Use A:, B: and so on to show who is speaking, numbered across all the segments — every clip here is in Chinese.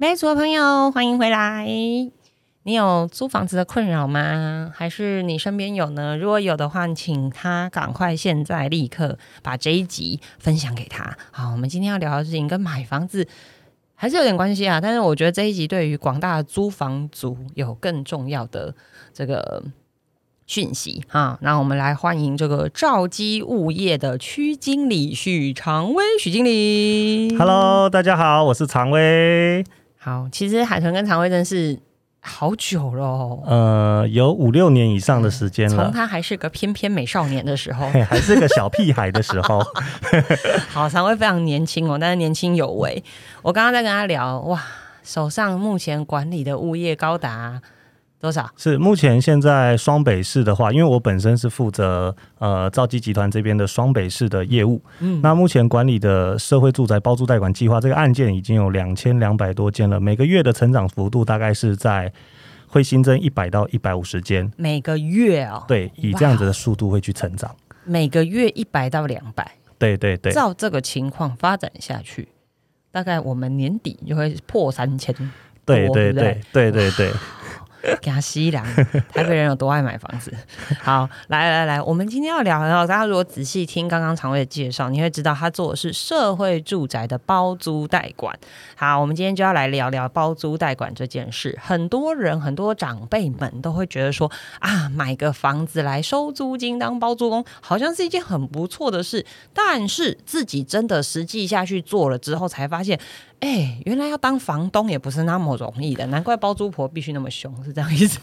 A: 开锁的朋友，欢迎回来。你有租房子的困扰吗？还是你身边有呢？如果有的话，请他赶快现在立刻把这一集分享给他。好，我们今天要聊的事情跟买房子还是有点关系啊，但是我觉得这一集对于广大的租房族有更重要的这个讯息哈。那我们来欢迎这个兆基物业的区经理许长威，许经理
B: Hello，大家好，我是常威。
A: 好，其实海豚跟常威真是好久了哦，
B: 呃，有五六年以上的时间
A: 从
B: 了，
A: 他还是个翩翩美少年的时候，
B: 嘿还是个小屁孩的时 候。
A: 好，常威非常年轻哦，但是年轻有为。我刚刚在跟他聊，哇，手上目前管理的物业高达多少？
B: 是目前现在双北市的话，因为我本身是负责呃兆基集团这边的双北市的业务，
A: 嗯，
B: 那目前管理的社会住宅包租代管计划这个案件已经有两千两百多件了，每个月的成长幅度大概是在会新增一百到一百五十间，
A: 每个月哦，
B: 对，以这样子的速度会去成长。
A: 每个月一百到两百，
B: 对对对，
A: 照这个情况发展下去，大概我们年底就会破三千，
B: 对
A: 对
B: 对
A: 不对
B: 对对对对。
A: 给他吸凉。台北人有多爱买房子？好，来来来，我们今天要聊到，大家如果仔细听刚刚常伟的介绍，你会知道他做的是社会住宅的包租代管。好，我们今天就要来聊聊包租代管这件事。很多人，很多长辈们都会觉得说啊，买个房子来收租金当包租公，好像是一件很不错的事。但是自己真的实际下去做了之后，才发现哎、原来要当房东也不是那么容易的，难怪包租婆必须那么凶，是这样意 思？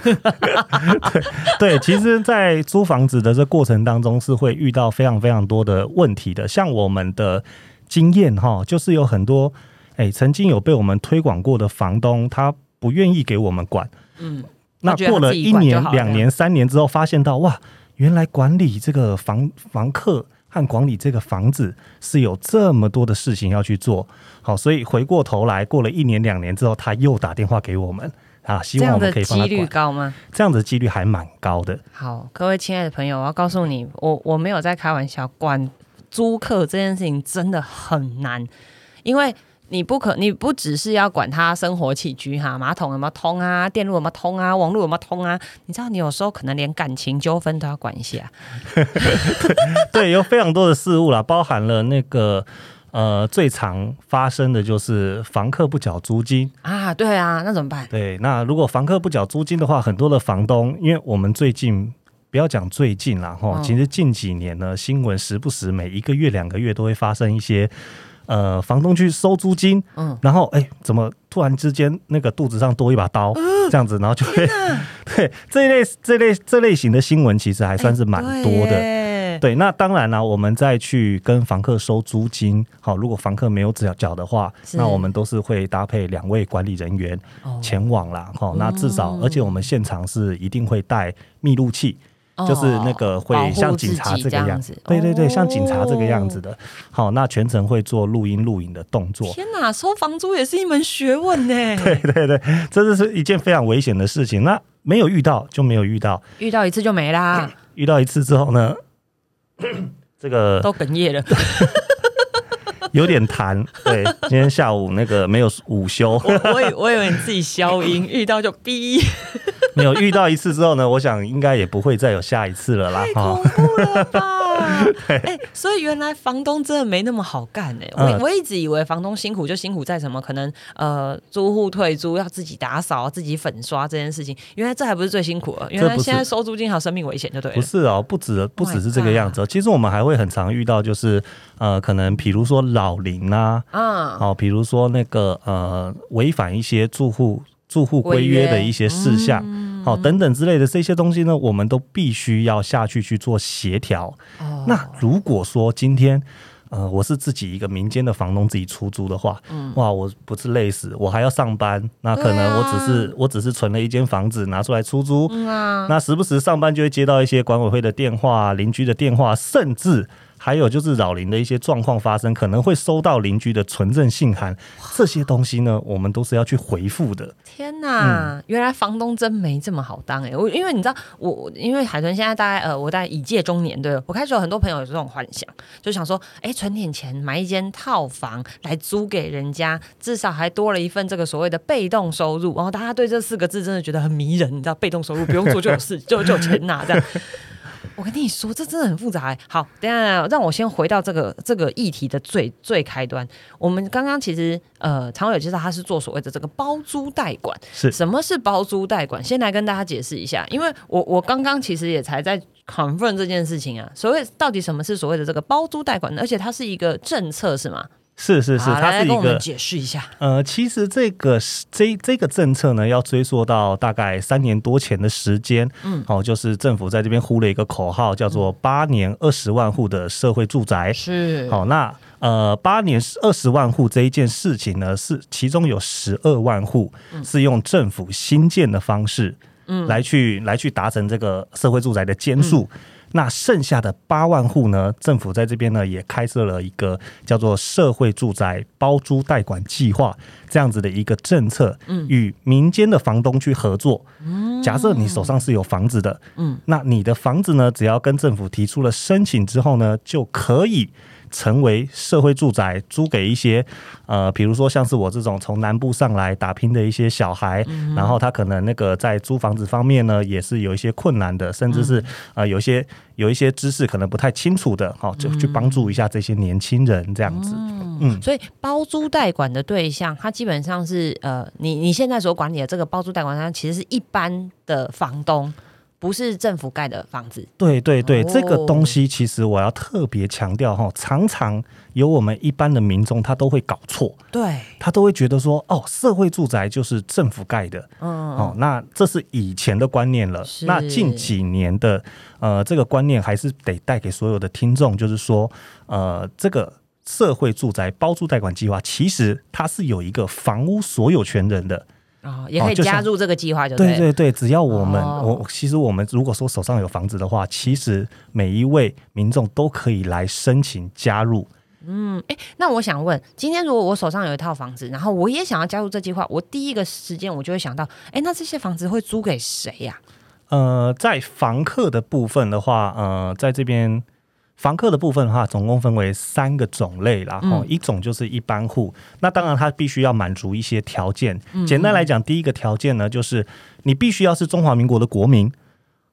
B: 对，其实，在租房子的这过程当中，是会遇到非常非常多的问题的。像我们的经验哈，就是有很多哎，曾经有被我们推广过的房东，他不愿意给我们管。
A: 嗯，
B: 那
A: 他觉得
B: 过
A: 他
B: 了
A: 自己
B: 一
A: 管就
B: 年
A: 好、了
B: 两年、三年之后，发现到哇，原来管理这个房房客和管理这个房子是有这么多的事情要去做。好，所以回过头来，过了一年两年之后，他又打电话给我们啊，希
A: 这
B: 望
A: 样
B: 我
A: 的
B: 们可以帮
A: 几
B: 他
A: 率
B: 管。
A: 高吗？
B: 这样子的几率还蛮高的。
A: 好，各位亲爱的朋友，我要告诉你，我我没有在开玩笑，管租客这件事情真的很难，因为你不可，你不只是要管他生活起居哈，马桶有没有通啊，电路有没有通啊，网络有没有通啊，你知道你有时候可能连感情纠纷都要管一下，
B: 对，有非常多的事物啦，包含了那个呃最常发生的就是房客不缴租金。
A: 啊，对啊，那怎么办？
B: 对，那如果房客不缴租金的话，很多的房东，因为我们最近。不要讲最近啦，哈，
A: 嗯
B: 其实近几年呢，新闻时不时每一个月、两个月都会发生一些，呃，房东去收租金，
A: 嗯，
B: 然后哎、怎么突然之间那个肚子上多一把刀，这样子，然后就会， 对这一类、这类、这类型的新闻，其实还算是蛮
A: 哎
B: 多的。
A: 的。
B: 对，那当然啦，我们再去跟房客收租金，好，如果房客没有缴缴的话，
A: 是
B: 那我们都是会搭配两位管理人员
A: 哦
B: 前往啦，好、那至少，
A: 嗯
B: 而且我们现场是一定会带密录器，就是那个
A: 哦保
B: 会
A: 护
B: 像警察
A: 自己
B: 这个
A: 样哦
B: 样子，对对对，像警察这个样子
A: 的。
B: 的，好，那全程会做录音录影的动作，
A: 天哪，收房租也是一门学问呢。
B: 对对，这是一件非常危险的事情，那没有遇到就没有遇到，
A: 遇到一次就没 啦，
B: 遇到一次之后呢， 这个
A: 都哽咽了。
B: 有点痰。对，今天下午那个没有午休，
A: 我我以我以为你自己消音，遇到就逼，
B: 没有遇到一次之后呢，我想应该也不会再有下一次了啦
A: 太。
B: 哈
A: 恐怖了吧？ 哎、所以原来房东真的没那么好干哎、
B: 嗯
A: 我我一直以为房东辛苦就辛苦在什么可能呃租户退租要自己打扫、自己粉刷这件事情，原来这还不是最辛苦的，原来
B: 不是
A: 现在收租金还有生命危险就对
B: 不
A: 了。
B: 是哦，不止不只是这个样子哦，其实我们还会很常遇到，就是呃，可能比如说老龄啊，
A: 啊，
B: 哦，比如说那个呃，违反一些住户住户规
A: 规
B: 约
A: 约嗯
B: 的一些事项，好、等等之类的这些东西呢，我们都必须要下去去做协调。
A: 哦
B: 那如果说今天，呃，我是自己一个民间的房东自己出租的话，
A: 嗯
B: 哇，我不是累死，我还要上班，那可能我只是、
A: 啊
B: 我只是存了一间房子拿出来出租，
A: 嗯啊，
B: 那时不时上班就会接到一些管委会的电话、邻居的电话，甚至。还有就是扰邻的一些状况发生，可能会收到邻居的存证信函，这些东西呢，我们都是要去回复的。
A: 天呐，原来房东真没这么好当哎、我因为你知道，我我因为海豚现在大概呃，我大概已届中年，对我开始有很多朋友有这种幻想，就想说，哎，存点钱买一间套房来租给人家，至少还多了一份这个所谓的被动收入。然后大家对这四个字真的觉得很迷人，你知道，被动收入不用做就有事，就就有钱拿这样。我跟你说，这真的很复杂、欸。好，等一下让我先回到这个这个议题的最最开端。我们刚刚其实呃，常有介绍他是做所谓的这个包租代管。
B: 是
A: 什么是包租代管？先来跟大家解释一下，因为我我刚刚其实也才在 confirm 这件事情啊。所谓到底什么是所谓的这个包租代管呢？而且它是一个政策是吗？
B: 是是是，
A: 好来
B: 它是
A: 来
B: 一
A: 跟我们
B: 个
A: 解释一下。
B: 呃，其实这个是这这个政策呢，要追溯到大概三年多前的时间，嗯，哦，就是政府在这边呼了一个口号，
A: 嗯
B: 叫做“八年二十万户的社会住宅”，
A: 是
B: 好，那呃，八年二十万户这一件事情呢，是其中有十二万户是用政府新建的方式，嗯，来去来去达成这个社会住宅的间数。那剩下的八万户呢？政府在这边呢也开设了一个叫做“社会住宅包租代管计划”这样子的一个政策，与民间的房东去合作。假设你手上是有房子的，嗯，那你的房子呢，只要跟政府提出了申请之后呢，就可以成为社会住宅，租给一些呃，比如说像是我这种从南部上来打拼的一些小孩，然后他可能那个在租房子方面呢，也是有一些困难的，甚至是、呃有一些有一些知识可能不太清楚的，好、就去帮助一下这些年轻人这样子。嗯
A: 所以包租代管的对象，它基本上是呃，你你现在所管理的这个包租代管，它其实是一般的房东，不是政府盖的房子。
B: 对对对，
A: 哦
B: 这个东西其实我要特别强调哈，常常有我们一般的民众他都会搞错，
A: 对，
B: 他都会觉得说，哦，社会住宅就是政府盖的，
A: 嗯，
B: 哦，那这是以前的观念了
A: 是。
B: 那近几年的呃，这个观念还是得带给所有的听众，就是说，呃，这个社会住宅包租代管计划，其实它是有一个房屋所有权人的。
A: 哦，也可以
B: 哦就像
A: 加入这个计划，就
B: 对
A: 对了。
B: 对对，只要我们、
A: 哦
B: 我其实我们如果说手上有房子的话，其实每一位民众都可以来申请加入。
A: 那我想问，今天如果我手上有一套房子，然后我也想要加入这计划，我第一个时间我就会想到，哎，那这些房子会租给谁呀、
B: 呃，在房客的部分的话，呃，在这边房客的部分的话，总共分为三个种类啦。
A: 嗯
B: 哦、一种就是一般户，那当然它必须要满足一些条件。
A: 嗯
B: 简单来讲，第一个条件呢，就是你必须要是中华民国的国民。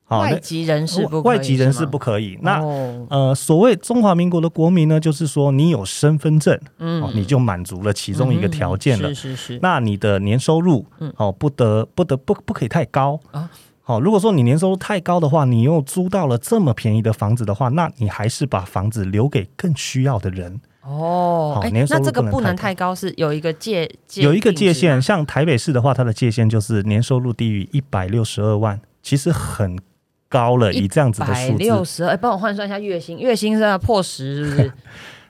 B: 好、
A: 外
B: 哦那
A: 籍人士不可以
B: 外籍人士
A: 吗
B: 不可以。那、
A: 哦
B: 呃，所谓中华民国的国民呢，就是说你有身份证，嗯、哦，你就满足了其中一个
A: 嗯
B: 条件了。
A: 是是是，
B: 那你的年收入，哦，不得不得不不可以太高
A: 嗯啊。
B: 好、如果说你年收入太高的话，你又租到了这么便宜的房子的话，那你还是把房子留给更需要的人。
A: 哦，
B: 好
A: 哎，
B: 年收
A: 那
B: 入
A: 这个
B: 不能
A: 不能
B: 太
A: 太高，是有一个界界
B: 有一个界
A: 定值啊
B: 限，像台北市的话，它的界限就是年收入低于一百六十二万，其实很高了。以这样子的
A: 百
B: 数
A: 六
B: 字，
A: 十，哎，帮我换算一下月薪，月薪是要破十，是不 是？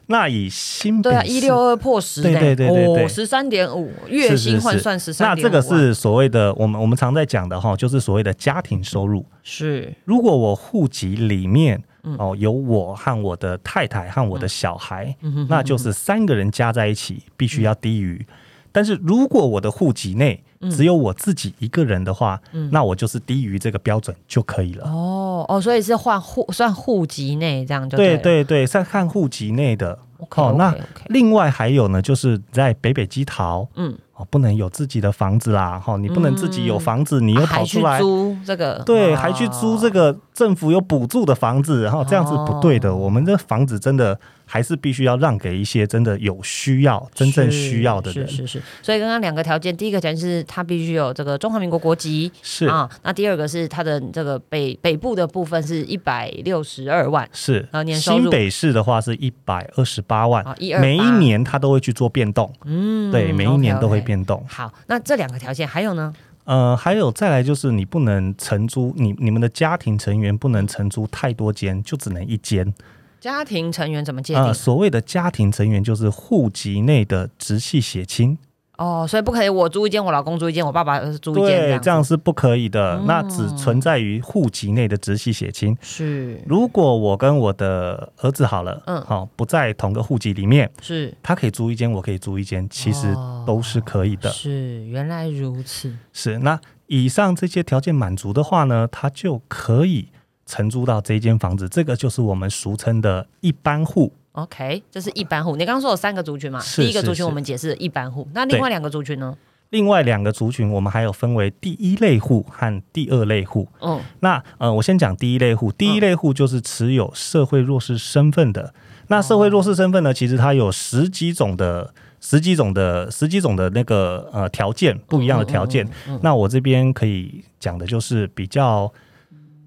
B: 那以新北
A: 对
B: 市，
A: 啊，一六二破十呢，
B: 对对对对对
A: 哦，十三点五，月薪换算十
B: 那
A: 三点
B: 这
A: 五，
B: 个是所谓的我们我们常在讲的哈，就是所谓的家庭收入。
A: 是
B: 如果我户籍里面
A: 嗯
B: 哦有我和我的太太和我的小孩，
A: 嗯
B: 那就是三个人加在一起必须要低于。
A: 嗯
B: 但是如果我的户籍内只有我自己一个人的话，
A: 嗯
B: 那我就是低于这个标准就可以了。
A: 哦哦，所以是换户算户籍内这样就
B: 对
A: 对了
B: 对对，在看户籍内的。
A: ，OK，
B: 哦那
A: OK，OK
B: 另外还有呢，就是在北北基桃，
A: 嗯，
B: 哦，不能有自己的房子啦，哈、你不能自己有房子，你又
A: 啊
B: 跑
A: 还
B: 出
A: 去
B: 来
A: 租这个，
B: 对，
A: 哦
B: 还去租这个政府有补助的房子，然后这样子不对
A: 哦
B: 的。我们的房子真的还是必须要让给一些真的有需要、真正需要的人。
A: 是是是是。所以刚刚两个条件，第一个条件是他必须有这个中华民国国籍。
B: 是
A: 啊，那第二个是他的这个北北部的部分是一百六十二万
B: 是
A: 然后啊年收入
B: 新北市的话是一百二十八万，
A: 啊，一二
B: 每一年它都会去做变动。嗯，对，每一年
A: OK，OK
B: 都会变动。
A: 好，那这两个条件还有呢？
B: 呃，还有再来就是你不能承租，你你们的家庭成员不能承租太多间，就只能一间。呃
A: 家庭成员怎么界定？
B: 呃，所谓的家庭成员就是户籍内的直系血亲。
A: 哦哦，所以不可以我租一间，我老公租一间，我爸爸租一间，
B: 对，
A: 这
B: 这
A: 样
B: 样是不可以的。
A: 哦
B: 那只存在于户籍内的直系血亲。
A: 是
B: 如果我跟我的儿子好了，
A: 嗯
B: 好、不在同个户籍里面，
A: 是
B: 他可以租一间，我可以租一间，其实
A: 哦
B: 都是可以的。
A: 是，原来如此，
B: 是，那以上这些条件满足的话呢，他就可以承租到这间房子，这个就是我们俗称的一般户。
A: OK，这是一般户。你刚刚说有三个族群嘛？
B: 是
A: 第一个族
B: 是
A: 群
B: 是
A: 我们解释了一般户，那另
B: 对
A: 外两个族群呢？
B: 另外两个族群，我们还有分为第一类户和第二类户。
A: 嗯，
B: 那呃，我先讲第一类户。第一类户就是持有社会弱势身份的。那社会弱势身份呢，其实它有十几种的、十几种的、十几种的那个呃条件，不一样的条件。
A: 嗯，嗯
B: 那我这边可以讲的就是比较、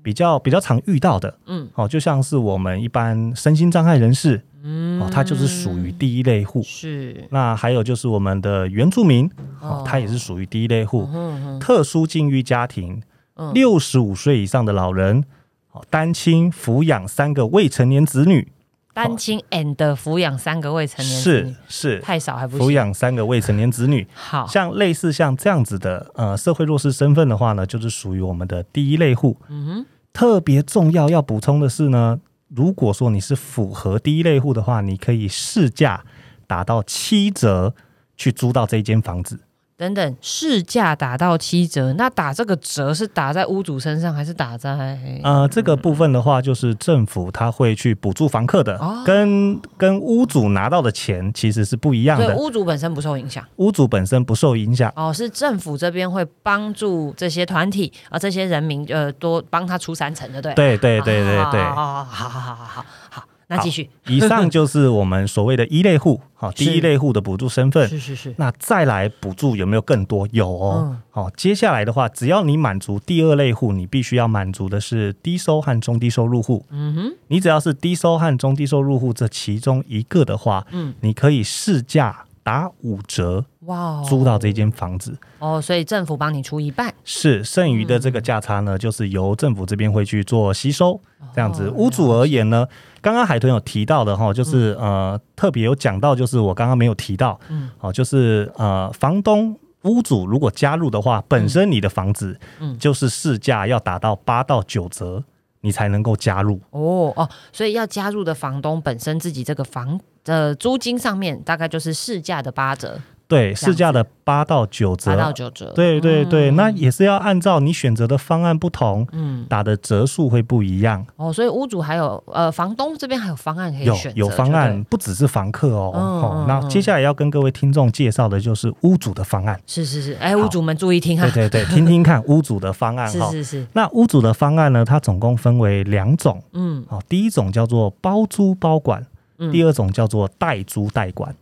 B: 比较、比较常遇到的，
A: 嗯，
B: 哦，就像是我们一般身心障碍人士，嗯，哦，他就是属于第一类户。
A: 嗯是
B: 那还有就是我们的原住民，哦
A: 哦，
B: 他也是属于第一类户。
A: 嗯嗯
B: 特殊境遇家庭
A: 嗯，
B: 六十五岁以上的老人，哦单亲抚养三个未成年子女，
A: 单亲 and 抚养三个未成年子
B: 是
A: 女，
B: 是
A: 太少还不
B: 抚
A: 行。
B: 养三个未成年子女。
A: 好，
B: 像类似像这样子的呃社会弱势身份的话呢，就是属于我们的第一类户。
A: 嗯哼，
B: 特别重要要补充的是呢，如果说你是符合第一类户的话，你可以市价打到七折去租到这一间房子。
A: 等等，市价打到七折，那打这个折是打在屋主身上，还是打在？
B: 呃，这个部分的话，就是政府他会去补助房客的，
A: 哦
B: 跟跟屋主拿到的钱其实是不一样
A: 所以
B: 的。
A: 屋主本身不受影响
B: 屋主本身不受影响，
A: 哦，是政府这边会帮助这些团体啊、这些人民呃，多帮他出三成的，对了。
B: 对对对对对。
A: 好好好好好好好，那继续，
B: 以上就是我们所谓的一类户，好，第一类户的补助身份。
A: 是是是，
B: 那再来补助有没有更多？有哦
A: 嗯。
B: 好、接下来的话，只要你满足第二类户，你必须要满足的是低收和中低收入户。
A: 嗯哼，
B: 你只要是低收和中低收入户这其中一个的话，
A: 嗯，
B: 你可以市价打五折
A: 哇哦，
B: 租到这间房子。
A: 哦，所以政府帮你出一半，
B: 是剩余的这个价差呢，就是由政府这边会去做吸收，这样子。
A: 嗯哦
B: 屋主而言呢，刚刚海豚有提到
A: 嗯
B: 的哈，就是、呃特别有讲到，就是我刚刚没有提到，
A: 嗯，
B: 哦，就是呃房东屋主如果加入的话，本身你的房子
A: 嗯
B: 就是市价要达到八到九折，你才能够加入。
A: 哦哦，所以要加入的房东本身自己这个房呃租金上面大概就是市价的八折，
B: 对，
A: 子
B: 市价的八到九折，
A: 八到九折，，
B: 对对对，
A: 嗯
B: 那也是要按照你选择的方案不同，
A: 嗯，
B: 打的折数会不一样。
A: 哦，所以屋主还有呃房东这边还有方案可以
B: 有
A: 选择，
B: 有方
A: 就对，
B: 案，不只是房客哦。
A: 嗯
B: 哦
A: 嗯
B: 那
A: 嗯
B: 接下来要跟各位听众介绍的就是屋主的 方案。
A: 是是是，哎，屋主们注意听哈
B: 对，对对，听听看屋主的方案
A: 是
B: 哈。
A: 是是，
B: 那屋主的方案呢，它总共分为两种
A: 嗯
B: 哦。第一种叫做包租包管，
A: 嗯，
B: 第二种叫做代租代管。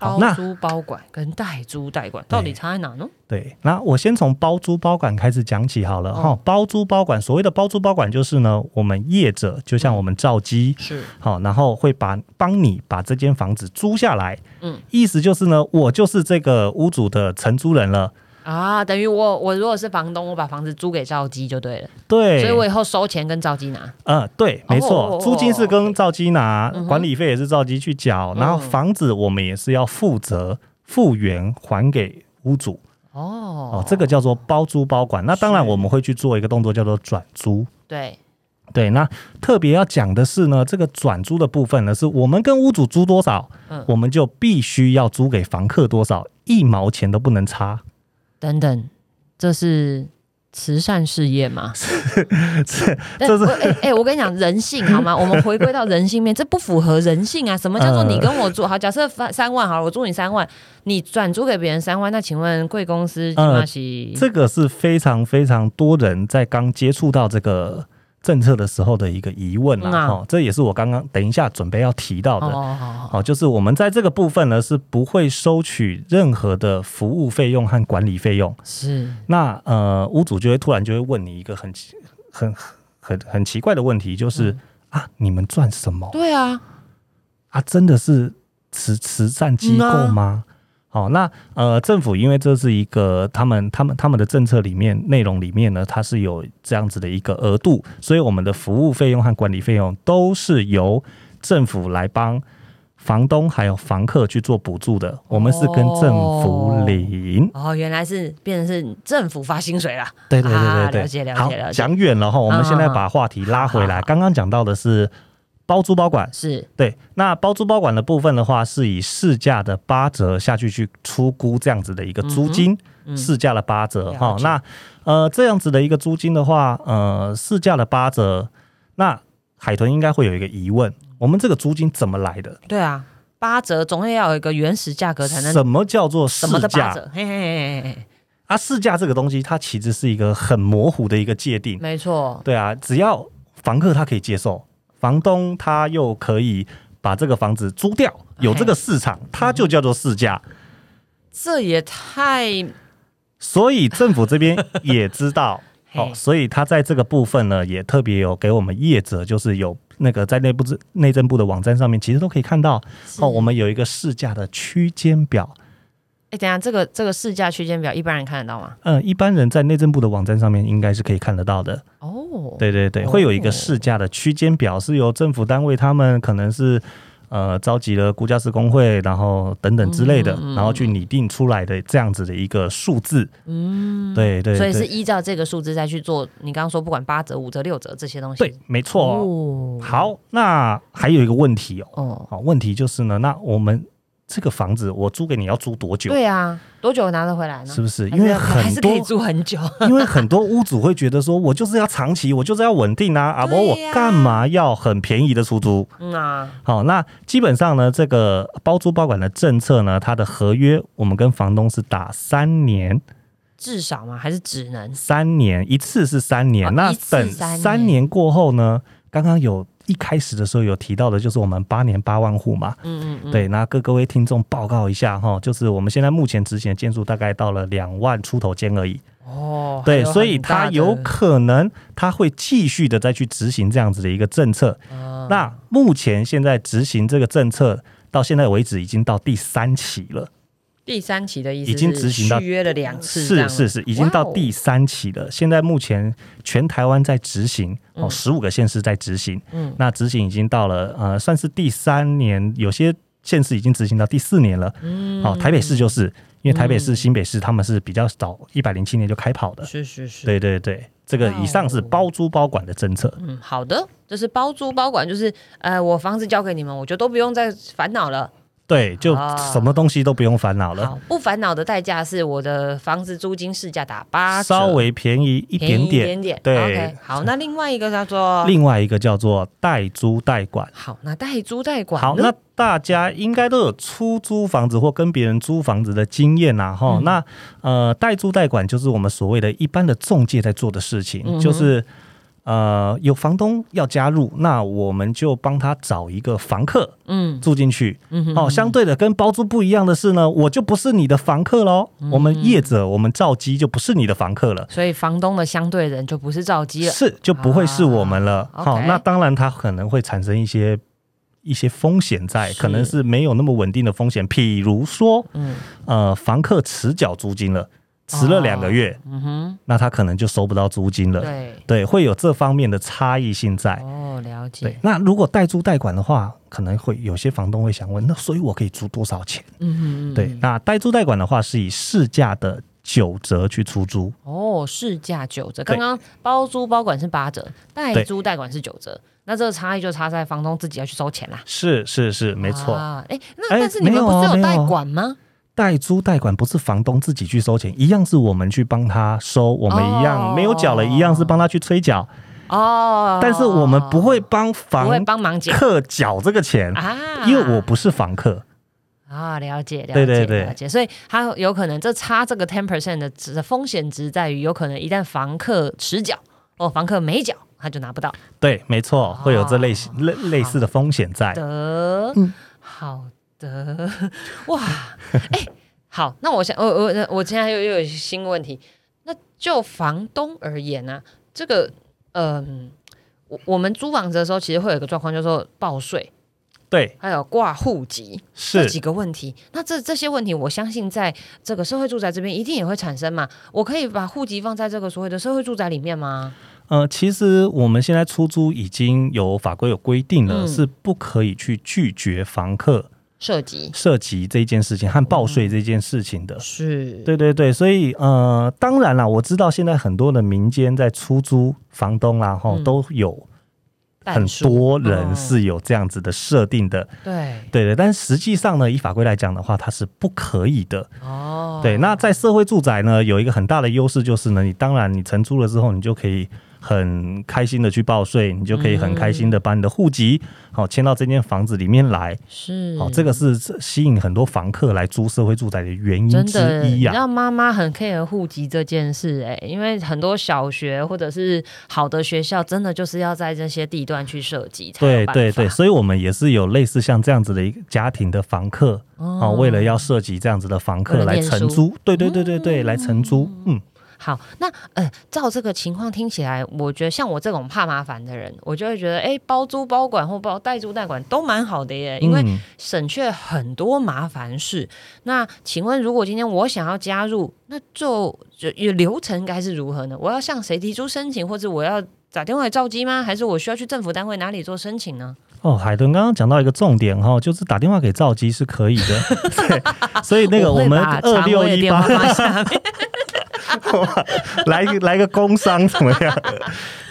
B: 好
A: 包
B: 那
A: 租包管跟代租代管到底差在哪呢？
B: 对，那我先从包租包管开始讲起好了哈、
A: 哦
B: 包租包管，所谓的包租包管就是呢，我们业者就
A: 嗯
B: 像我们照机，
A: 是，
B: 好，然后会把帮你把这间房子租下来。
A: 嗯，
B: 意思就是呢，我就是这个屋主的承租人了。
A: 啊，等于我我如果是房东，我把房子租给赵姬就对了，
B: 对，
A: 所以我以后收钱跟赵姬拿。
B: 呃，对，没
A: 哦哦
B: 错，
A: 哦
B: 租金是跟照基拿，
A: 嗯哼
B: 管理费也是照基去缴，
A: 嗯
B: 然后房子我们也是要负责复原还给。屋主
A: 哦
B: 哦，这个叫做包租包管。那当然，
A: 是
B: 我们会去做一个动作叫做转租。
A: 对，
B: 对，那特别要讲的是呢，这个转租的部分呢，是我们跟屋主租多少，
A: 嗯
B: 我们就必须要租给房客多少，一毛钱都不能差。
A: 等等，这是慈善事业 吗？
B: 这是
A: 哎哎、哎我跟你讲人性好 吗？我们回归到人性面，这不符合人性啊！什么叫做你跟我租？好，假设三三万好了，我租你三万，你转租给别人三万，那请问贵公司金马喜
B: 这个是非常非常多人在刚接触到这个政策的时候的一个疑问啦、
A: 嗯
B: 啊。
A: 啊
B: 哦，这也是我刚刚等一下准备要提到
A: 哦
B: 的。
A: 哦哦
B: 哦，就是我们在这个部分呢，是不会收取任何的服务费用和管理费用。
A: 哦是
B: 那呃，屋主就会突然就会问你一个很奇很很很奇怪的问题，就是、啊，你们赚什么
A: 对啊，
B: 啊？真的是慈慈善机构吗？好、那呃，政府因为这是一个他们他们他们的政策里面内容里面呢，它是有这样子的一个额度，所以我们的服务费用和管理费用都是由政府来帮房东还有房客去做补助的，我们是跟政府领。
A: 哦，原来是变成是政府发薪水啦。
B: 对对对
A: 啊
B: 对对，
A: 了解了解
B: 好
A: 了解嗯
B: 讲远了哈，我们现在把话题拉回
A: 好好
B: 来，
A: 好
B: 刚刚讲到的是包租包管，
A: 是
B: 对，那包租包管的部分的话，是以市价的八折下去去出估这样子的一个租金，市价的八折哈、
A: 嗯了解
B: 那呃这样子的一个租金的话，呃市价的八折，那海豚应该会有一个疑问：我们这个租金怎么来的？
A: 对啊，八折总要有一个原始价格才能
B: 什么叫做市
A: 什么的八
B: 价
A: 折？嘿嘿嘿嘿嘿，
B: 啊？市价这个东西，它其实是一个很模糊的一个界定。
A: 没错，
B: 对啊，只要房客他可以接受，房东他又可以把这个房子租掉，有这个市场，它就叫做市价。
A: 这也太，
B: 所以政府这边也知道
A: 嘿
B: 哦，所以他在这个部分呢，也特别有给我们业者，就是有那个在内部之内政部的网站上面，其实都可以看到
A: 是
B: 哦，我们有一个市价的区间表。
A: 哎、等一下这个这个市价区间表一般人看得到吗？
B: 嗯，一般人在内政部的网站上面应该是可以看得到的。
A: 哦，
B: 对对对，
A: 哦
B: 会有一个市价的区间表，是由政府单位他们可能是呃召集了估价师工会，然后等等之类的，
A: 嗯嗯嗯
B: 然后去拟定出来的这样子的一个数字。嗯，对对对，
A: 所以是依照这个数字再去做。你刚刚说不管八折、五折、六折这些东西，
B: 对，没错哦、
A: 哦，
B: 好，那还有一个问题哦，
A: 哦，
B: 好，问题就是呢，那我们这个房子我租给你要租多久？
A: 对啊，多久拿得回来呢？
B: 是不是？
A: 还
B: 因为
A: 要还
B: 很
A: 是可以
B: 多，
A: 住很 久，
B: 因为很多屋主会觉得说，我就是要长期，我就是要稳定啊，啊不，
A: 对
B: 我
A: 呀
B: 干嘛要很便宜的出租？
A: 嗯啊，
B: 好，那基本上呢，这个包租包管的政策呢，它的合约我们跟房东是打三年，
A: 至少嘛，还是只能
B: 三年一次是三年，
A: 哦
B: 那
A: 一次
B: 等
A: 三年
B: 三年过后呢，刚刚有一开始的时候有提到的，就是我们八年八万户嘛，
A: 嗯嗯嗯，
B: 对，那跟各位听众报告一下哈，就是我们现在目前执行的件数大概到了两万出头间而已。
A: 哦，还
B: 对，
A: 有很
B: 所以
A: 大
B: 它
A: 的
B: 有可能它会继续的再去执行这样子的一个政策。
A: 嗯
B: 那目前现在执行这个政策到现在为止已经到第三期了，
A: 第三期的意思
B: 已经
A: 是
B: 执行到
A: 续约了两次，这
B: 是
A: 样
B: 是是，已经到
A: 哇哦
B: 第三期了。现在目前全台湾在执行哦，十五个县市在执行，
A: 嗯
B: 那执行已经到了呃，算是第三年，有些县市已经执行到第四年了。
A: 嗯
B: 好、台北市就是因为台北市、
A: 嗯
B: 新北市他们是比较早，一百零七年就开跑的。
A: 是是是，
B: 对对对，这个以上是包租包管的政策。
A: 嗯，好的，就是包租包管，就是呃，我房子交给你们，我就都不用再烦恼了。
B: 对，就什么东西都不用烦恼了，
A: 啊好，不烦恼的代价是我的房子租金市价打八折，
B: 稍微便宜一
A: 便宜
B: 点
A: 一
B: 点。
A: 点点。
B: 对
A: OK，好，那另外一个叫做
B: 另外一个叫做代租代管。
A: 好，那代租代管呢。
B: 好，那大家应该都有出租房子或跟别人租房子的经验
A: 嗯
B: 呐、哈、那呃，代租代管就是我们所谓的一般的中介在做的事情，
A: 嗯哼
B: 就是呃，有房东要加入，那我们就帮他找一个房客
A: 嗯
B: 住进去。
A: 嗯哼，
B: 哦，相对的跟包租不一样的是呢，我就不是你的房客喽。
A: 嗯
B: 我们业者，我们照机就不是你的房客了，
A: 所以房东的相对人就不是照基了。
B: 是就不会是我们了。
A: 啊
B: 好、
A: OK
B: 那当然它可能会产生一些一些风险在，
A: 是
B: 可能是没有那么稳定的风险，比如说
A: 嗯
B: 呃，房客迟缴租金了，迟了两个月，
A: 嗯哼，
B: 那他可能就收不到租金了。
A: 对，
B: 对，会有这方面的差异性在。
A: 哦，了
B: 对
A: 解，，
B: 那如果代租代管的话，可能会有些房东会想问，那所以我可以租多少钱？
A: 嗯嗯，嗯
B: 对，，那代租代管的话是以市价的九折去出租，
A: 哦，市价九折，
B: 对
A: 刚刚包租包管是八折，代
B: 对
A: 租代管是九折，那这个差异就差在房东自己要去收钱啦。
B: 是是是，没错。
A: 啊哎、那
B: 哎
A: 但是你们不
B: 没有
A: 是
B: 啊
A: 有
B: 没有
A: 代
B: 啊
A: 管吗？
B: 代租代管不是房东自己去收钱，一样是我们去帮他收，我们一样、
A: 哦
B: 没有缴了，一样是帮他去催缴，
A: 哦，
B: 但是我们不会
A: 不
B: 帮
A: 会
B: 房
A: 帮 忙解
B: 客缴这个钱，
A: 啊，
B: 因为我不是房客。
A: 啊，了解，了解，
B: 对对对
A: 了解，所以它有可能这差这个 ten percent 的值的风险值在于，有可能一旦房客迟缴，哦，房客没缴，他就拿不到
B: 对，没错，会有这类型、
A: 哦
B: 类类似的风险在。
A: 的。
B: 嗯
A: 好的， 哇，哎、好，那我想，我我我现在又又有新问题。那就房东而言呢、这个，嗯、我我们租房子的时候，其实会有一个状况，叫做报税，
B: 对，
A: 还有挂户籍。这几
B: 是
A: 个问题，那这这些问题，我相信在这个社会住宅这边一定也会产生嘛。我可以把户籍放在这个所谓的社会住宅里面吗？
B: 呃，其实我们现在出租已经有法规有规定了，
A: 嗯
B: 是不可以去拒绝房客
A: 涉及
B: 涉及这件事情和报
A: 嗯
B: 税这件事情的。
A: 是，
B: 对对对，所以呃，当然啦，我知道现在很多的民间在出租房东啦，哈，
A: 嗯
B: 都有很
A: 半数
B: 多人
A: 哦
B: 是有这样子的设定的，
A: 对
B: 对对。但实际上呢，以法规来讲的话，它是不可以的。
A: 哦，
B: 对，那在社会住宅呢，有一个很大的优势就是呢，你当然你承租了之后，你就可以很开心的去报税，你就可以很开心的把你的户籍好迁到这间房子里面来。
A: 是
B: 好，这个是吸引很多房客来租社会住宅的原因
A: 真
B: 之
A: 的，
B: 一
A: 你
B: 呀、
A: 知道妈妈很 care 户籍这件事哎、因为很多小学或者是好的学校，真的就是要在这些地段去设计才
B: 对
A: 有办
B: 对
A: 法
B: 对，所以我们也是有类似像这样子的一个家庭的房客
A: 哦
B: 啊，为了要涉及这样子的房
A: 为
B: 客
A: 了
B: 来
A: 念
B: 承
A: 书
B: 租，对对对对对，来承租，嗯，
A: 好，那呃，照这个情况听起来，我觉得像我这种怕麻烦的人，我就会觉得，哎、包租包管或包代租代管都蛮好的耶，因为
B: 嗯
A: 省却很多麻烦事。那请问，如果今天我想要加入，那就就流程该是如何呢？我要向谁提出申请，或者我要打电话来召集吗？还是我需要去政府单位哪里做申请呢？
B: 哦，海豚刚刚讲到一个重点哈，就是打电话给赵姬是可以的， 对，所以那个
A: 我
B: 啊我们二六一八
A: 八，
B: 来一个来个工商怎么样？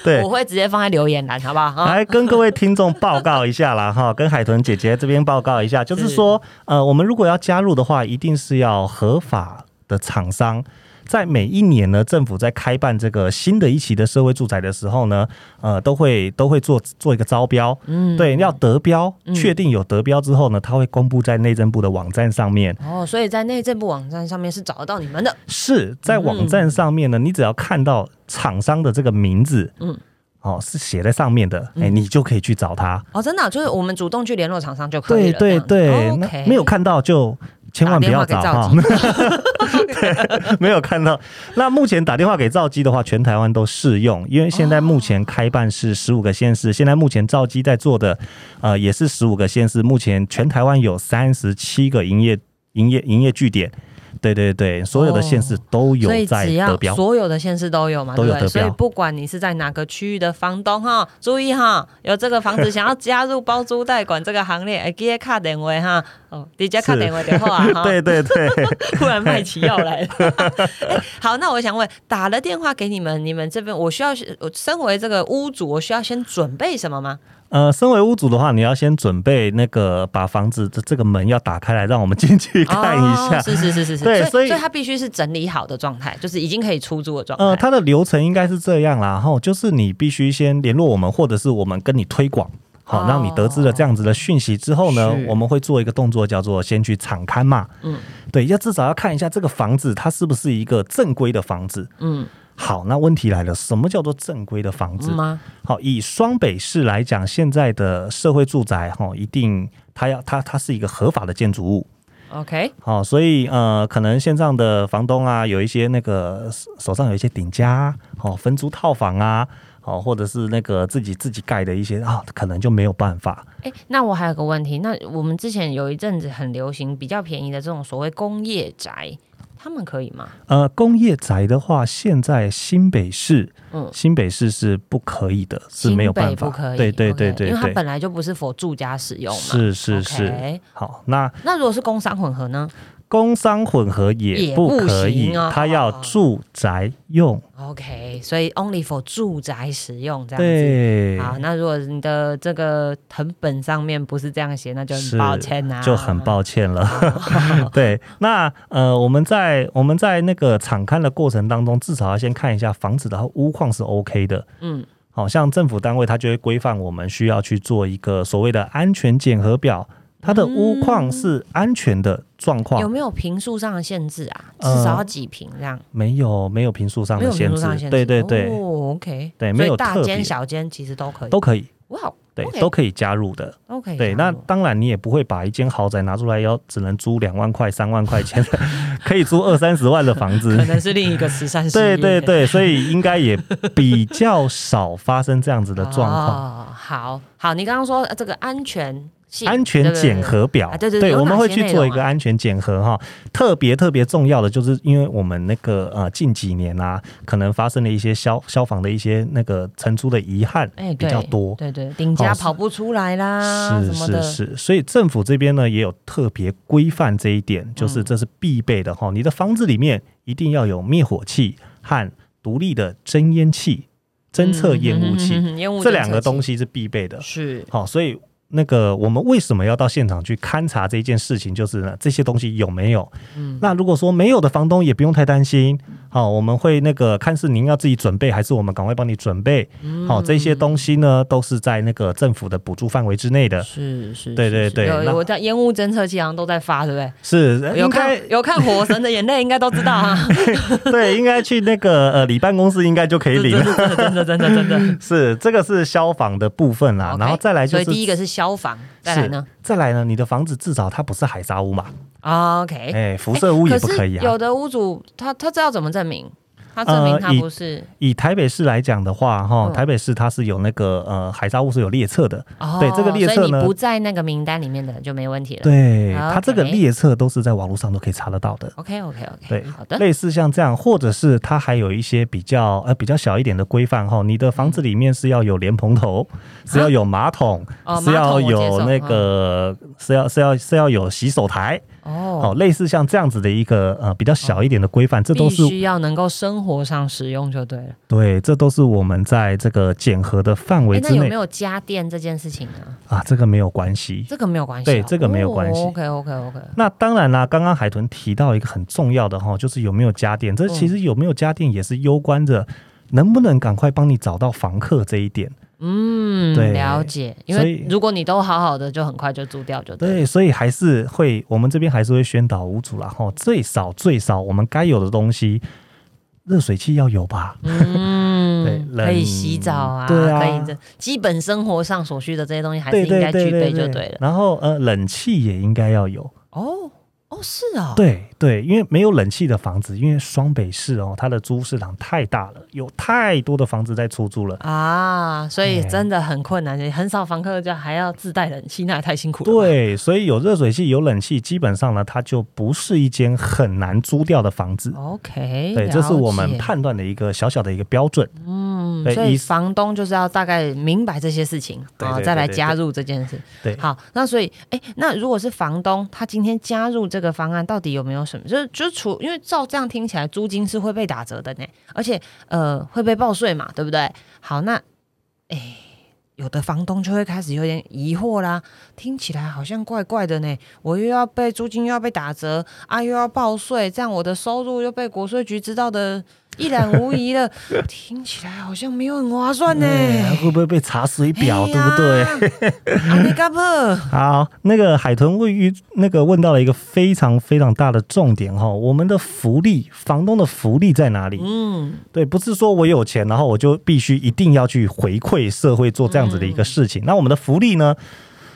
B: 对
A: 我，会直接放在留言栏，好不好？啊，
B: 来跟各位听众报告一下啦，哈， 跟海豚姐姐这边报告一下，就是
A: 是
B: 说，呃，我们如果要加入的话，一定是要合法的厂商。在每一年呢，政府在开办这个新的一期的社会住宅的时候呢，呃，都会都会做做一个招标，
A: 嗯，
B: 对，要得标，
A: 嗯
B: 确定有得标之后呢，它会公布在内政部的网站上面。
A: 哦，所以在内政部网站上面是找得到你们的，
B: 是在网站上面呢，你只要看到厂商的这个名字，嗯
A: 嗯，
B: 哦，是写在上面的，哎、你就可以去找他。
A: 哦，真的啊、就是我们主动去联络厂商就可以
B: 对
A: 了。
B: 对对，
A: o
B: 那
A: k
B: 没有看到就千万不要找
A: 哦打电
B: 哈
A: 话。给
B: 对， 没有看到。那目前打电话给赵基的话，全台湾都适用，因为现在目
A: 哦
B: 前开办是十五个县市，现在目前赵基在做的，呃，也是十五个县市，目前全台湾有三十七个营业营业营业据点。对对对，所有的县市都
A: 哦
B: 有
A: 所以
B: 在
A: 只
B: 得
A: 要
B: 标。
A: 所有的县市都有嘛，
B: 都
A: 对
B: 有
A: 不
B: 得
A: 对？所以
B: 标
A: 不管你是在哪个区域的房东哈，注意哈，有这个房子想要加入包租代管这个行列，哎，记得卡电话哈，哦，直接卡
B: 是
A: 电话就好啊哈。
B: 对对对，
A: 突然卖起药来了。 哎好，那我想问，打了电话给你们，你们这边我需要，我身为这个屋主，我需要先准备什么吗？
B: 呃，身为屋主的话，你要先准备那个把房子的这个门要打开来，让我们进去看一下。
A: 哦是是是是是，
B: 对所
A: 所
B: 以
A: 以所以它必须是整理好的状态，就是已经可以出租的状态。
B: 呃，它的流程应该是这样啦，吼，就是你必须先联络我们，或者是我们跟你推广，好、
A: 哦
B: 让你得知了这样子的讯息之后呢
A: 是，
B: 我们会做一个动作叫做先去场勘嘛，
A: 嗯
B: 对，要至少要看一下这个房子它是不是一个正规的房子。
A: 嗯
B: 好，那问题来了，什么叫做正规的房子？
A: 嗯吗？
B: 好，以双北市来讲，现在的社会住宅哈，一定它要它它是一个合法的建筑物。
A: OK，
B: 好，所以呃，可能线上的房东啊，有一些那个手手上有一些顶家啊，哦，分租套房啊，哦，或者是那个自己自己盖的一些啊，可能就没有办法。
A: 哎，那我还有个问题，那我们之前有一阵子很流行比较便宜的这种所谓工业宅，他们可以吗？
B: 呃，工业宅的话，现在新北市，
A: 嗯
B: 新北市是不可以的，是没有办
A: 新北
B: 法
A: 不可，以，
B: 对对对
A: OK，
B: 对
A: 因为它
B: 对，
A: 本来就不是否住家使用嘛。
B: 是是是。
A: OK
B: 好，那
A: 那如果是工商混合呢
B: 工商混合也
A: 也
B: 不
A: 不
B: 可以，
A: 行哦
B: 它要住宅用。
A: ？OK，所以 only for 住宅使用这样子。
B: 对，
A: 好，那如果你的这个成本上面不是这样写，那就很
B: 是
A: 抱歉啊，
B: 就很抱歉了。对，那呃，我们在我们在那个场勘的过程当中，至少要先看一下房子的屋况是 OK 的。
A: 嗯，
B: 好像政府单位它就会规范我们需要去做一个所谓的安全检核表，它的屋况是安全的状
A: 嗯
B: 况，
A: 有没有平数上的限制啊？至
B: 呃
A: 少要几平这样？
B: 没有没有平数上
A: 没
B: 的
A: 有平
B: 限
A: 数
B: 制
A: 上的限，制。
B: 对对对，
A: 哦，OK，
B: 对
A: 所以
B: 没有特
A: 大
B: 别
A: 间小间其实都可以。
B: 都可以，
A: 哇哦，
B: 对
A: OK
B: 都可以加入的。
A: 都可以加入。
B: 对，那当然你也不会把一间豪宅拿出来要只能租两万块、三万块钱， 可以租二三十万的房子，
A: 可能是另一个慈善事
B: 对
A: 业。
B: 对对，所以应该也比较少发生这样子的状况。
A: 啊哦、好好，你刚刚说呃这个安全性
B: 安全检核表，
A: 对对对啊对对对有
B: 我
A: 哪
B: 们会
A: 些
B: 去
A: 内
B: 做一
A: 容
B: 个
A: 啊
B: 安全检核哈。特别特别重要的就是，因为我们那个呃近几年啊，可能发生了一些消消防的一些那个层出的遗憾
A: 哎，
B: 比
A: 对
B: 较多。
A: 对对，顶家
B: 哦是
A: 跑不出来啦，
B: 是
A: 啊什么的
B: 是，是，所以政府这边呢也有特别规范这一点，
A: 嗯
B: 就是这是必备的哈。你的房子里面一定要有灭火器和独立的侦烟器、侦测烟雾
A: 嗯，
B: 器，
A: 嗯嗯嗯嗯嗯烟雾
B: 这两个东
A: 西
B: 西是必备的。
A: 是
B: 好，所以那个我们为什么要到现场去勘察这件事情，就是呢这些东西有没有？
A: 嗯
B: 那如果说没有的房东也不用太担心，好，我们会那个看是您要自己准备，还是我们赶快帮你准备。
A: 嗯
B: 好，这些东西呢都是在那个政府的补助范围之内的，
A: 是是，
B: 对对
A: 是是
B: 对
A: 有
B: 那
A: 我在烟雾侦测器好像都在发，对不对？
B: 是呃
A: 有
B: 应
A: 看
B: 该
A: 有看《火神的眼泪》，应该都知道啊，
B: 对，应该去那个呃里办公室应该就可以
A: 真
B: 领啊了。
A: 的真的真的真的。
B: 是，这个是消防的部分啦，
A: OK，
B: 然后再来就
A: 所
B: 是
A: 以第一个是消防，再来呢
B: 是再来呢，你的房子至少它不是海沙屋嘛，
A: 啊？OK，
B: 哎、辐射屋也不
A: 是
B: 可以啊。
A: 有的屋主他他知道怎么证明，他证明
B: 呃
A: 他
B: 以
A: 不是、
B: 以台北市来讲的话，哈，
A: 嗯
B: 台北市它是有那个呃海沙屋是有列册的，
A: 哦，
B: 对这个列册
A: 所以你
B: 呢
A: 不在那个名单里面的就没问题了。
B: 对，
A: OK
B: 它这个列册都是在网络上都可以查得到的。
A: ，OK OK OK，
B: 对
A: 哎好的，
B: 类似像这样，或者是它还有一些比较呃比较小一点的规范哈，你的房
A: 嗯
B: 子里面是要有莲蓬头，是要有马桶，
A: 啊哦
B: 是
A: 马桶
B: 要
A: 我接受嗯
B: 有那个、是要是要是要有洗手台，
A: 哦
B: 哦，，类似像这样子的一个呃比较小一点的规范，这都
A: 必
B: 是
A: 须要能够生活上使用就对了。
B: 对，这都是我们在这个检核的范围
A: 诶哎那
B: 之
A: 有
B: 内
A: 没有家电这件事情呢？
B: 啊，这个没有关系。
A: 这个没有关系哦、
B: 对这个没有关系
A: OK OK OK，
B: 那当然啦，刚刚海豚提到一个很重要的哈，就是有没有家电。
A: 嗯
B: 这其实有没有家电也是攸关着能不能赶快帮你找到房客这一点。
A: 嗯，
B: 对
A: 了解。因
B: 所
A: 为
B: 以
A: 如果你都好好的，就很快就租掉就对了。
B: 对，所以还是会，我们这边还是会宣导屋主啦哈，最少最少我们该有的东西，热水器要有吧？
A: 嗯，
B: 对
A: 可以
B: 冷
A: 洗澡啊，
B: 对啊
A: 可以这基本生活上所需的这些东西还是应该具备就对了。
B: 然后呃，冷气也应该要有。
A: 哦哦，是哦，，
B: 对对，因为没有冷气的房子，因为双北市哦，它的租市场太大了，有太多的房子在出租了。
A: 啊，所以
B: 哎
A: 真的很困难，很少房客就还要自带冷气，那也太辛苦了。，
B: 对，所以有热水器、有冷气，基本上呢，它就不是一间很难租掉的房子。
A: OK，
B: 对，这是我们
A: 哦了解。
B: 判断的一个小小的一个标准。
A: 嗯
B: 对
A: 所以
B: 以
A: 房东就是要大概明白这些事情
B: 对
A: 啊，
B: 对
A: 再来
B: 对对
A: 加入这件事。
B: 对
A: 好，那所以，哎，那如果是房东，他今天加入这个方案，到底有没有什么？就是就是除，因为照这样听起来，租金是会被打折的呢，而且呃会被报税嘛，对不对？好，那哎。有的房东就会开始有点疑惑啦，听起来好像怪怪的呢。我又要被租金又要被打折啊，又要报税，这样我的收入又被国税局知道的一览无遗了，听起来好像没有很划算呢。
B: 哎会不会被查水
A: 哎
B: 表，对不对？
A: 对？啊，你干嘛？
B: 好，那个海豚问于那个问到了一个非常非常大的重点哈，我们的福利，房东的福利在哪里？
A: 嗯，
B: 对，不是说我有钱，然后我就必须一定要去回馈社会做这样子的一个事
A: 嗯
B: 情。那我们的福利呢，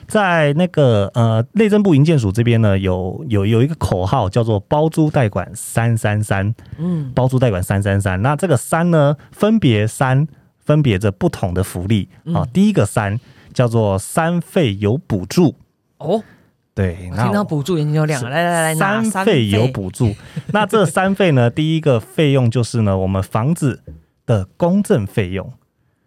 B: 在那个呃内政部营建署这边呢，有有有一个口号叫做“包租代管三三三”，
A: 嗯，
B: 包租代管三三三。那这个三呢，分别三分别着不同的福利
A: 嗯
B: 啊、哦第一个三叫做三费有补助，
A: 哦，
B: 对，
A: 我
B: 那
A: 听到补助眼睛就亮了，来来来，拿
B: 哦三费有补 助。那这三费呢，第一个费用就是呢，我们房子的公证费用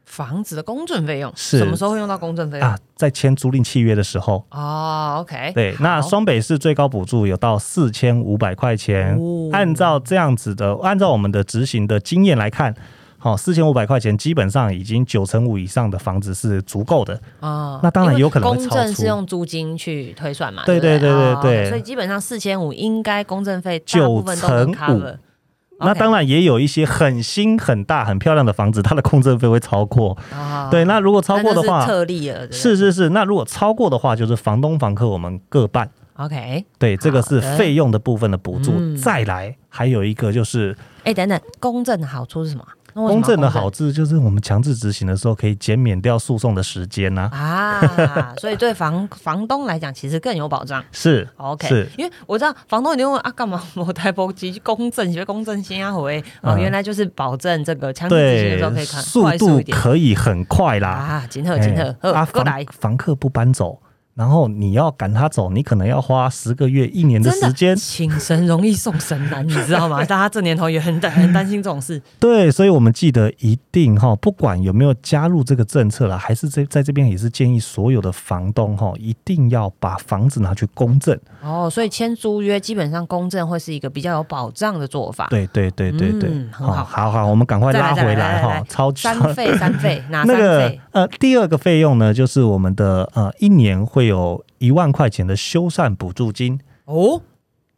A: 房子的公证费用，
B: 是
A: 什么时候会用到公证费用？
B: 啊，在签租赁契约的时候。
A: 哦，OK，
B: 对，那
A: 好
B: 双北市最高补助有到四千五百块钱
A: 哦。
B: 按照这样子的，按照我们的执行的经验来看，好，四千五百块钱基本上已经九成五以上的房子是足够的。
A: 啊
B: 那当然
A: 因为
B: 有可能会
A: 公
B: 超
A: 证
B: 出
A: 是用租金去推算嘛，
B: 对
A: 对
B: 对
A: 不
B: 对
A: 哦
B: 对对
A: 所以基本上四千五应该公证费大部分都能
B: 九成五
A: cover。
B: 那当然也有一些很新、很大、很漂亮的房子，它的控证费会超过。
A: 啊
B: 对，那如果超过的话，
A: 特例了，对不对
B: 是是是，那如果超过的话，就是房东房客我们各半。
A: OK。
B: 对，这个是
A: 好的哎
B: 费用的部分的补助。
A: 嗯
B: 再来，还有一个就是
A: 哎，等等，公证的好处是什么？那为什么
B: 公证的
A: 要
B: 好处，就是我们强制执行的时候可以减免掉诉讼的时间呐、
A: 啊，所以对房房东来讲，其实更有保障。
B: 是
A: OK，
B: 是
A: 因为我知道房东一定会问啊，干嘛我台波机公证，因为公证先要回哦，
B: 嗯
A: 原来就是保证这个强制执行的时候可
B: 对，
A: 以看
B: 速
A: 快速
B: 度
A: 一点
B: 可以很快啦。
A: 啊，金特金特，
B: 哎
A: 呃，
B: 啊，
A: 过
B: 房
A: 来
B: 房客不搬走，然后你要赶他走，你可能要花十个月、一年的
A: 真的
B: 时间。
A: 请神容易送神 难，你知道吗？大家这年头也很担很担心这种事。
B: 对，所以我们记得一定哈，不管有没有加入这个政策啦，还是这在这边也是建议所有的房东哈，一定要把房子拿去公证。
A: 哦，所以签租约基本上公证会是一个比较有保障的做法。
B: 对对对对对，
A: 啊嗯很
B: 好
A: 好
B: 好好，我们赶快
A: 再
B: 拉
A: 来再来
B: 回来
A: 来来
B: 哈，超
A: 三费三费哪
B: 那
A: 三
B: 个
A: 费？
B: 呃，第二个费用呢，就是我们的呃，一年会有一万块钱的修缮补助金，
A: 哦，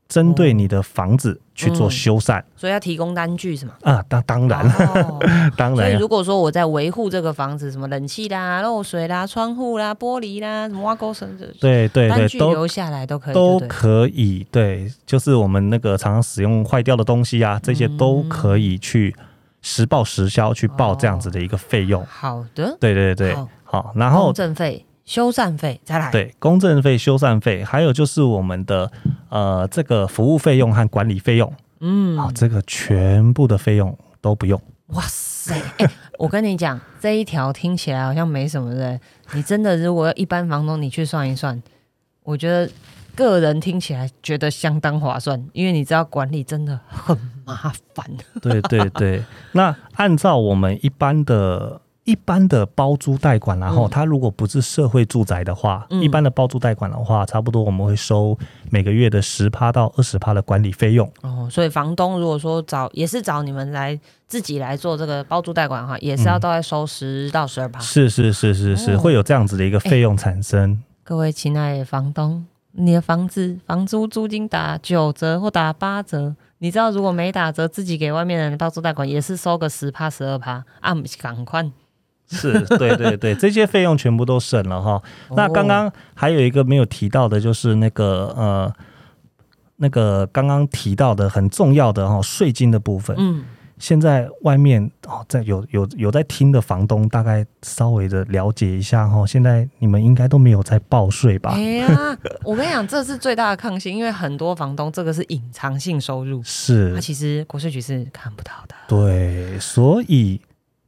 B: 针对你的房子去做
A: 嗯
B: 修缮、
A: 所以要提供单据是吗？
B: 啊。当当然了，
A: 哦，
B: 当
A: 所
B: 然啊
A: 以
B: 了，
A: 如果说我在维护这个房子，什么冷气啦、漏水啦、窗户啦、玻璃啦、什么挖沟什么的，
B: 对对
A: 单
B: 对，
A: 据
B: 都
A: 留下来都可以，
B: 都
A: 对不对
B: 可以。对，就是我们那个常常使用坏掉的东西啊，这些都可以去实报实销去报这样子的一个费用。
A: 好的。
B: 对对对，
A: 嗯好
B: 好，然后
A: 公证费、修缮费，再来。
B: 对，公证费、修缮费，还有就是我们的呃这个服务费用和管理费用，嗯，啊，这个全部的费用都不用。
A: 哇塞！哎我跟你讲，这一条听起来好像没什么的。你真的如果一般房东，你去算一算，我觉得个人听起来觉得相当划算，因为你知道管理真的很麻烦。
B: 对对对，那按照我们一般的。一般的包租代管啦，然后、
A: 嗯
B: 它如果不是社会住宅的话，
A: 嗯
B: 一般的包租代管的话，差不多我们会收每个月的十趴到二十趴的管理费用。
A: 哦，所以房东如果说找也是找你们来自己来做这个包租代管的话，也是
B: 嗯
A: 要大概收十到十二趴。
B: 是是是是是，
A: 啊哦
B: 会有这样子的一个费用产生。
A: 各位亲爱的房东，你的房子房租租金打九折或打八折，你知道如果没打折，自己给外面人包租代管也是收个十趴十二趴，啊，不是赶快。哎
B: 是对 对对，这些费用全部都省了哈。
A: 哦
B: 那刚刚还有一个没有提到的，就是那个呃，那个刚刚提到的很重要的哈、税金的部分。
A: 嗯，
B: 现在外面哦，在有有有在听的房东，大概稍微的了解一下哈、现在你们应该都没有在报税吧？
A: 哎呀，我跟你讲，这是最大的抗性，因为很多房东这个是隐藏性收入，它
B: 是，
A: 其实国税局是看不到的。
B: 对，所以。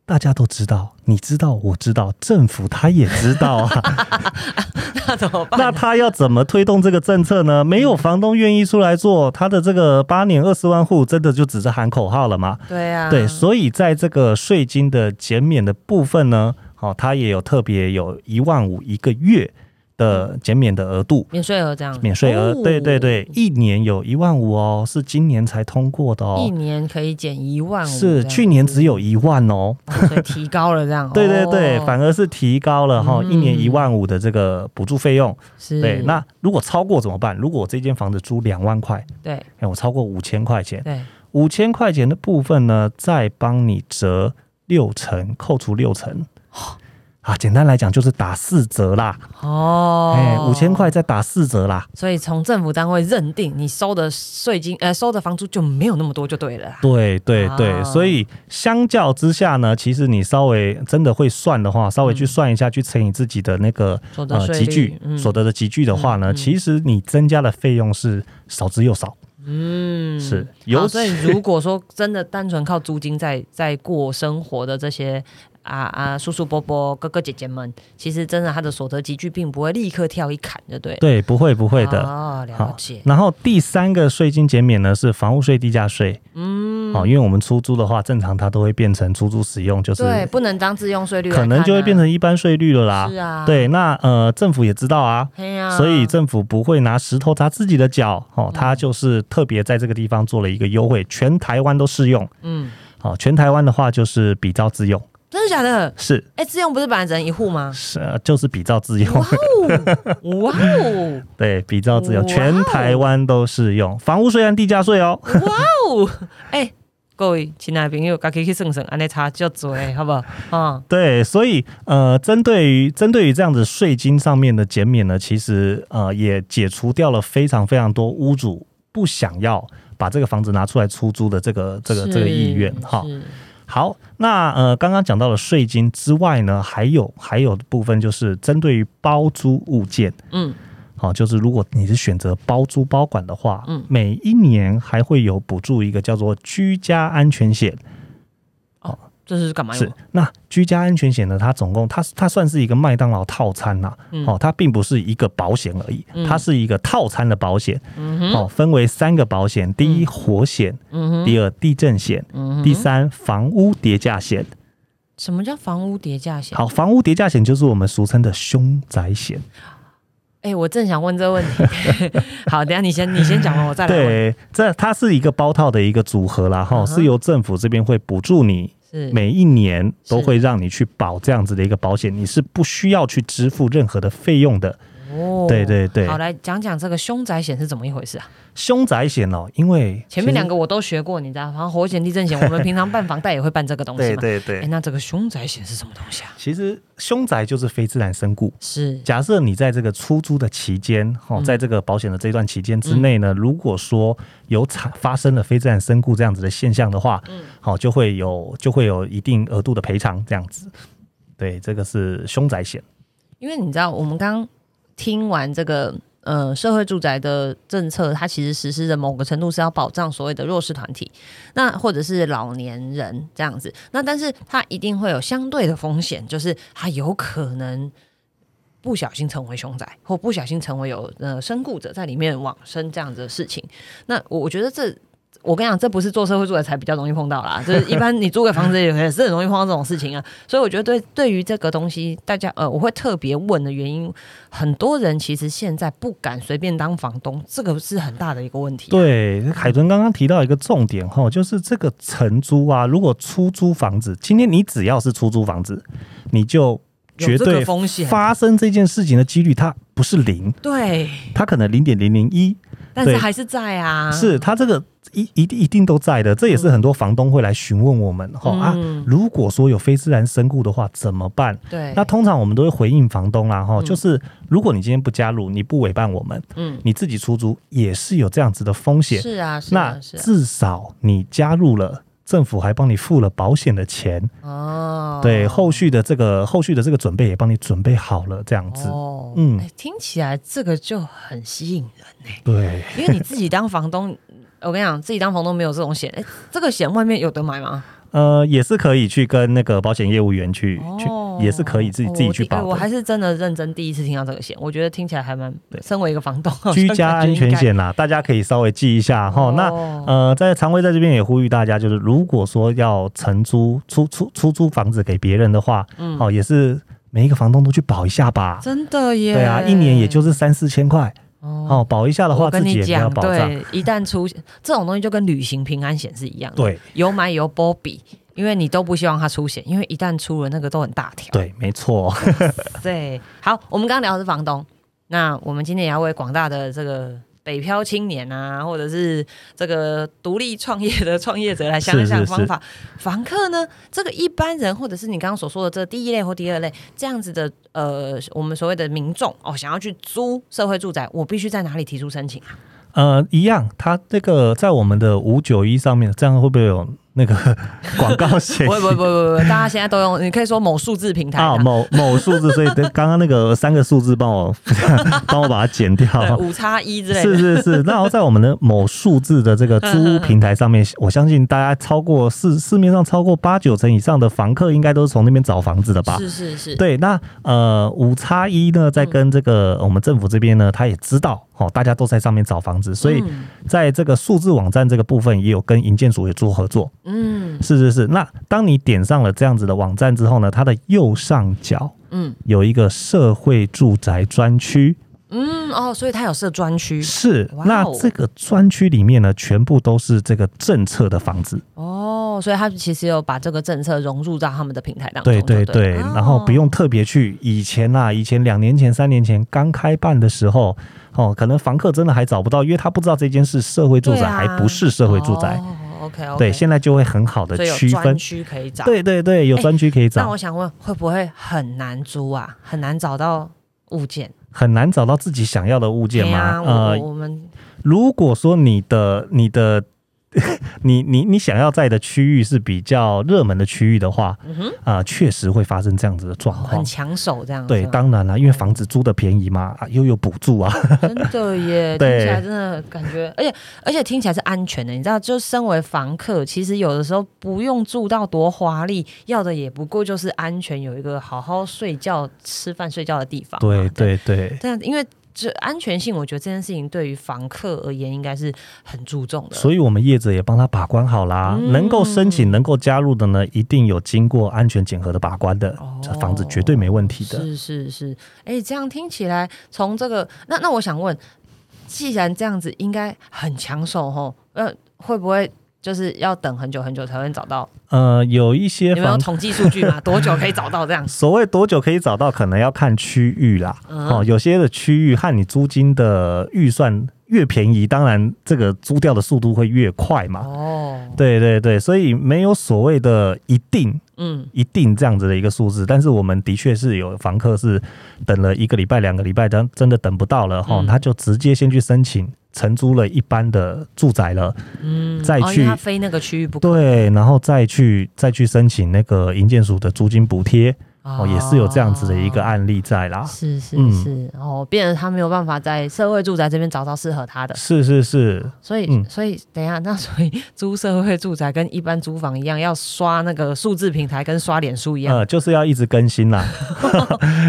B: 大家都知道，你知道，我知道，政府他也知道啊。
A: 那怎么办？
B: 那他要怎么推动这个政策呢？没有房东愿意出来做，他的这个八年二十万户，真的就只是喊口号了吗？
A: 对啊，
B: 对，所以在这个税金的减免的部分呢，哦，它也有特别有一万五一个月的减免的额度。
A: 免税额这样，
B: 免税额，
A: 哦
B: 对对对，一年有一万五哦，是今年才通过的
A: 一
B: 哦，
A: 年可以减一万五，
B: 是去年只有一万哦，。
A: 哦，所以提高了这样
B: 对对对，
A: 哦
B: 反而是提高了哈，
A: 嗯
B: 一年一万五的这个补助费用。
A: 是
B: 对，那如果超过怎么办？如果我这间房子租两万块，
A: 对
B: 哎，我超过五千块钱，
A: 对
B: 五千块钱的部分呢，再帮你折六成，扣除六成。啊，简单来讲就是打四折啦，
A: 哦，
B: 哎、五千块再打四折啦。
A: 所以从政府单位认定你收的税金，呃，收的房租就没有那么多就对了啦。
B: 对对对，
A: 啊
B: 所以相较之下呢，其实你稍微真的会算的话，稍微去算一下，去乘以自己的那个
A: 所得
B: 呃
A: 税
B: 集
A: 率嗯
B: 聚、所得的集聚的话呢，其实你增加的费用是少之又少。
A: 嗯，
B: 是
A: 好，
B: 尤
A: 所 以如果说真的单纯靠租金在在过生活的这些啊啊叔叔伯伯哥哥姐姐们，其实真的他的所得集聚并不会立刻跳一坎，就对了。
B: 对，不会不会的。
A: 哦，了
B: 好
A: 解，。
B: 然后第三个税金减免呢是房屋税、地价税。嗯，好，因为我们出租的话，正常它都会变成出租使用，就是
A: 对，不能当自用税率来看
B: 可
A: 啊，
B: 能就会变成一般税率了啦。
A: 是啊，，
B: 对，那呃，政府也知道啊。
A: 嘿呀、
B: 所以政府不会拿石头砸自己的脚，
A: 嗯
B: 哦，它就是特别在这个地方做了一个优惠，全台湾都适用，
A: 嗯，
B: 哦，全台湾的话就是比照自用，
A: 真的假的？
B: 是
A: 哎，自用不是本来只能一户 吗？
B: 是、呃就是比照自用
A: 哇，哦，哇哦，
B: 对，比照自用，
A: 哇哦
B: 全台湾都适用，房屋税和地价税哦，
A: 哇哦！哎，各位亲爱的朋友，家己去算算，安尼差就多，好不好？啊、
B: 对，所以呃，针对于针对于这样子税金上面的减免呢，其实呃也解除掉了非常非常多屋主不想要把这个房子拿出来出租的这个这个这个意愿哈。
A: 是
B: 好，那呃刚刚讲到了税金之外呢，还有还有部分就是针对于包租物件。
A: 嗯，
B: 好，就是如果你是选择包租包管的话，
A: 嗯
B: 每一年还会有补助一个叫做居家安全险。
A: 这是干嘛用
B: 是？，那居家安全险呢？它总共它它算是一个麦当劳套餐啦、
A: 嗯
B: 哦，它并不是一个保险而已，
A: 嗯
B: 它是一个套餐的保险，
A: 嗯哼，
B: 哦，分为三个保险：第一，火险；
A: 嗯哼，
B: 第二，地震险；
A: 嗯哼，
B: 第三，房屋叠价险。
A: 什么叫房屋叠价险？
B: 好，房屋叠价险就是我们俗称的凶宅险。
A: 哎、我正想问这个问 题。好，等一下你先你先讲完，我再来问。
B: 对，这它是一个包套的一个组合啦，哈、
A: 啊嗯哼
B: 是由政府这边会补助你。
A: 是，
B: 每一年都
A: 是
B: 会让你去保这样子的一个保险，你是不需要去支付任何的费用的。
A: 哦
B: 对对对
A: 好，来讲讲这个凶宅险是怎么一回事啊？
B: 凶宅险哦，因为
A: 前面两
B: 个
A: 个我都学过，你知道，防火险、地震险，我们平常办房贷也会办这个东西
B: 对
A: 嘛。
B: 对
A: 哎、
B: 对，
A: 那这个凶宅险是什么东西啊？
B: 其实凶宅就是非自然身故。
A: 是，
B: 假设你在这个出租的期间，哦，
A: 嗯
B: 在这个保险的这段期间之内呢，如果说有产发生了非自然身故这样子的现象的话，
A: 嗯
B: 好、就会有就会有一定额度的赔偿这样子。对，这个是凶宅险。
A: 因为你知道，我们刚听完这个呃社会住宅的政策，它其实实施的某个程度是要保障所谓的弱势团体，那或者是老年人这样子。那但是它一定会有相对的风险，就是它有可能。不小心成为凶宅，或不小心成为有呃身故者在里面往生这样子的事情，那我我觉得这，我跟你讲，这不是做社会住宅才比较容易碰到 啦，就是一般你租个房子也也是很容易碰到这种事情啊。所以我觉得对对于这个东西，大家呃，我会特别问的原因，很多人其实现在不敢随便当房东，这个是很大的一个问题。，
B: 对，海豚刚刚提到一个重点哈，就是这个承租啊，如果出租房子，今天你只要是出租房子，你就绝
A: 有这个
B: 对
A: 风险。
B: 发生这件事情的几率它不是零，
A: 对，
B: 它可能零点零零一，
A: 但是
B: 对
A: 还是在啊。
B: 是它这个一一定一定都在的，这也是很多房东会来询问我们哈、
A: 嗯
B: 啊，如果说有非自然身故的话怎么办？
A: 对，
B: 那通常我们都会回应房东啦，哈，就是如果你今天不加入，你不委办我们，
A: 嗯，
B: 你自己出租也是有这样子的风险，
A: 是啊，是
B: 那
A: 啊，是啊。
B: 至少你加入了。政府还帮你付了保险的钱，
A: 哦，
B: 对后续的这个后续的这个准备也帮你准备好了，这样子，
A: 哦，
B: 嗯
A: 哎，听起来这个就很吸引人呢、
B: 对，
A: 因为你自己当房东， 我跟你讲，自己当房东没有这种险，哎，这个险外面有得买吗？
B: 呃，也是可以去跟那个保险业务员去、
A: 哦
B: 去，也是可以自己、自己去
A: 我
B: 保
A: 第我还
B: 的。
A: 是真的认真第一次听到这个险，我觉得听起来还蛮
B: 对。
A: 身为一个房东，好像
B: 居 家安全险啦，大家可以稍微记一下哈。
A: 哦
B: 那呃，在常威在这边也呼吁大家，就是如果说要承租出出出租房子给别人的话，
A: 嗯
B: 哦，也是每一个房东都去保一下吧。
A: 真的耶。
B: 对啊，一年也就是三四千块
A: 哦。
B: 哦，保一下的
A: 我
B: 话
A: 跟
B: 自
A: 你
B: 己也比较
A: 讲，
B: 保障。
A: 对，一旦出这种东西，就跟旅行平安险是一样的，，
B: 对
A: 有买有波比，因为你都不希望它出险，因为一旦出了那个都很大条。
B: 对，没错。
A: 对，好，我们刚刚聊的是房东，那我们今天也要为广大的这个北漂青年啊，或者是这个独立创业的创业者来想一想
B: 是是是
A: 方法。房客呢，这个一般人或者是你刚刚所说的这第一类或第二类这样子的呃，我们所谓的民众哦，想要去租社会住宅，我必须在哪里提出申请 啊？
B: 呃，一样，它这个在我们的五九一上面，这样会不会有那个 广告
A: 不
B: 嫌疑
A: 不？不不不，大家现在都用，你可以说某数字平台
B: 啊，
A: 啊。
B: 某某数字，所以对刚刚那个三个数字帮我 帮我把它剪掉。
A: 对，五叉一之类
B: 是
A: 的，嗯
B: 是是，然后在我们的某数字的这个租屋平台上面，我相信大家超过市市面上超过八九成以上的房客，应该都是从那边找房子的吧？
A: 是嗯是是，
B: 对，那呃五叉一呢，在跟这个我们政府这边呢，他也知道哦，大家都在上面找房子，所以
A: 嗯
B: 在这个数字网站这个部分，也有跟营建署也做合作。
A: 嗯
B: 是是是，那当你点上了这样子的网站之后呢，它的右上角
A: 嗯
B: 有一个社会住宅专区，
A: 嗯哦，所以它有设专区
B: 是
A: 哇哦
B: 那这个专区里面呢，全部都是这个政策的房子，
A: 哦，所以他其实有把这个政策融入到他们的平台当中
B: 对
A: 就对
B: 对
A: 了，
B: 对，
A: 哦
B: 然后不用特别去以前啦、以前两年前、三年前刚开办的时候，哦，可能房客真的还找不到，因为他不知道这间是社会住
A: 对
B: 宅、
A: 啊
B: 还不是社会住宅，
A: 哦，OK，, o k
B: 对，现在就会很好的
A: 所以有
B: 区
A: 专
B: 分，
A: 区可以找。，
B: 对对对，有
A: 哎
B: 专区可以找。
A: 那我想问，会不会很难租啊？很难找到物件？
B: 很难找到
A: 哎
B: 自己想要的物件
A: 对
B: 吗？
A: 啊，我、
B: 呃，
A: 我们
B: 如果说你的你的 你你你想要在的区域是比较热门的区域的话，啊、确实会发生这样子的状况
A: 嗯哦很。抢手这样子。
B: 对，当然啦，因为房子租的便宜
A: 嗯
B: 嘛，啊、又有补助 啊，
A: 真的耶，听
B: 对
A: 起来真的感觉，而且而且听起来是安全的，你知道，就身为房客，其实有的时候不用住到多华丽，要的也不过就是安全，有一个好好睡觉、吃饭、睡觉的地方嘛。
B: 对对对，
A: 但因为这安全性，我觉得这件事情对于房客而言应该是很注重的。
B: 所以我们业者也帮他把关好啦，
A: 嗯
B: 能够申请、能够加入的呢，一定有经过安全检核的把关的，
A: 哦
B: 这房子绝对没问题的。
A: 是是是，哎、这样听起来，从这个那那我想问，既然这样子，应该很抢手吼，呃，会不会就是要等很久很久才会找到？
B: 呃，有一些
A: 有没有
B: 房
A: 统计数据 嘛？多久可以找到这样？
B: 所谓多久可以找到，可能要看区域啦。
A: 嗯
B: 哦，有些的区域和你租金的预算越便宜，当然这个租掉的速度会越快嘛。
A: 哦，
B: 对对对，所以没有所谓的一定
A: 嗯，
B: 一定这样子的一个数字，但是我们的确是有房客是等了一个礼拜、两个礼拜，但真的等不到了哈、
A: 嗯
B: 他就直接先去申请承租了一般的住宅了，嗯，再
A: 哦，因
B: 去、
A: 为它非那个区域不可，
B: 对，然后再去再去申请那个营建署的租金补贴，哦，也是有这样子的一个案例在啦。
A: 哦是是
B: 嗯
A: 是，哦，变成他没有办法在社会住宅这边找到适合他的，
B: 是是是，
A: 所以、
B: 嗯
A: 所以等一下，那 所以租社会住宅跟一般租房一样，要刷那个数字平台跟刷脸书一样，
B: 呃，就是要一直更新 啦。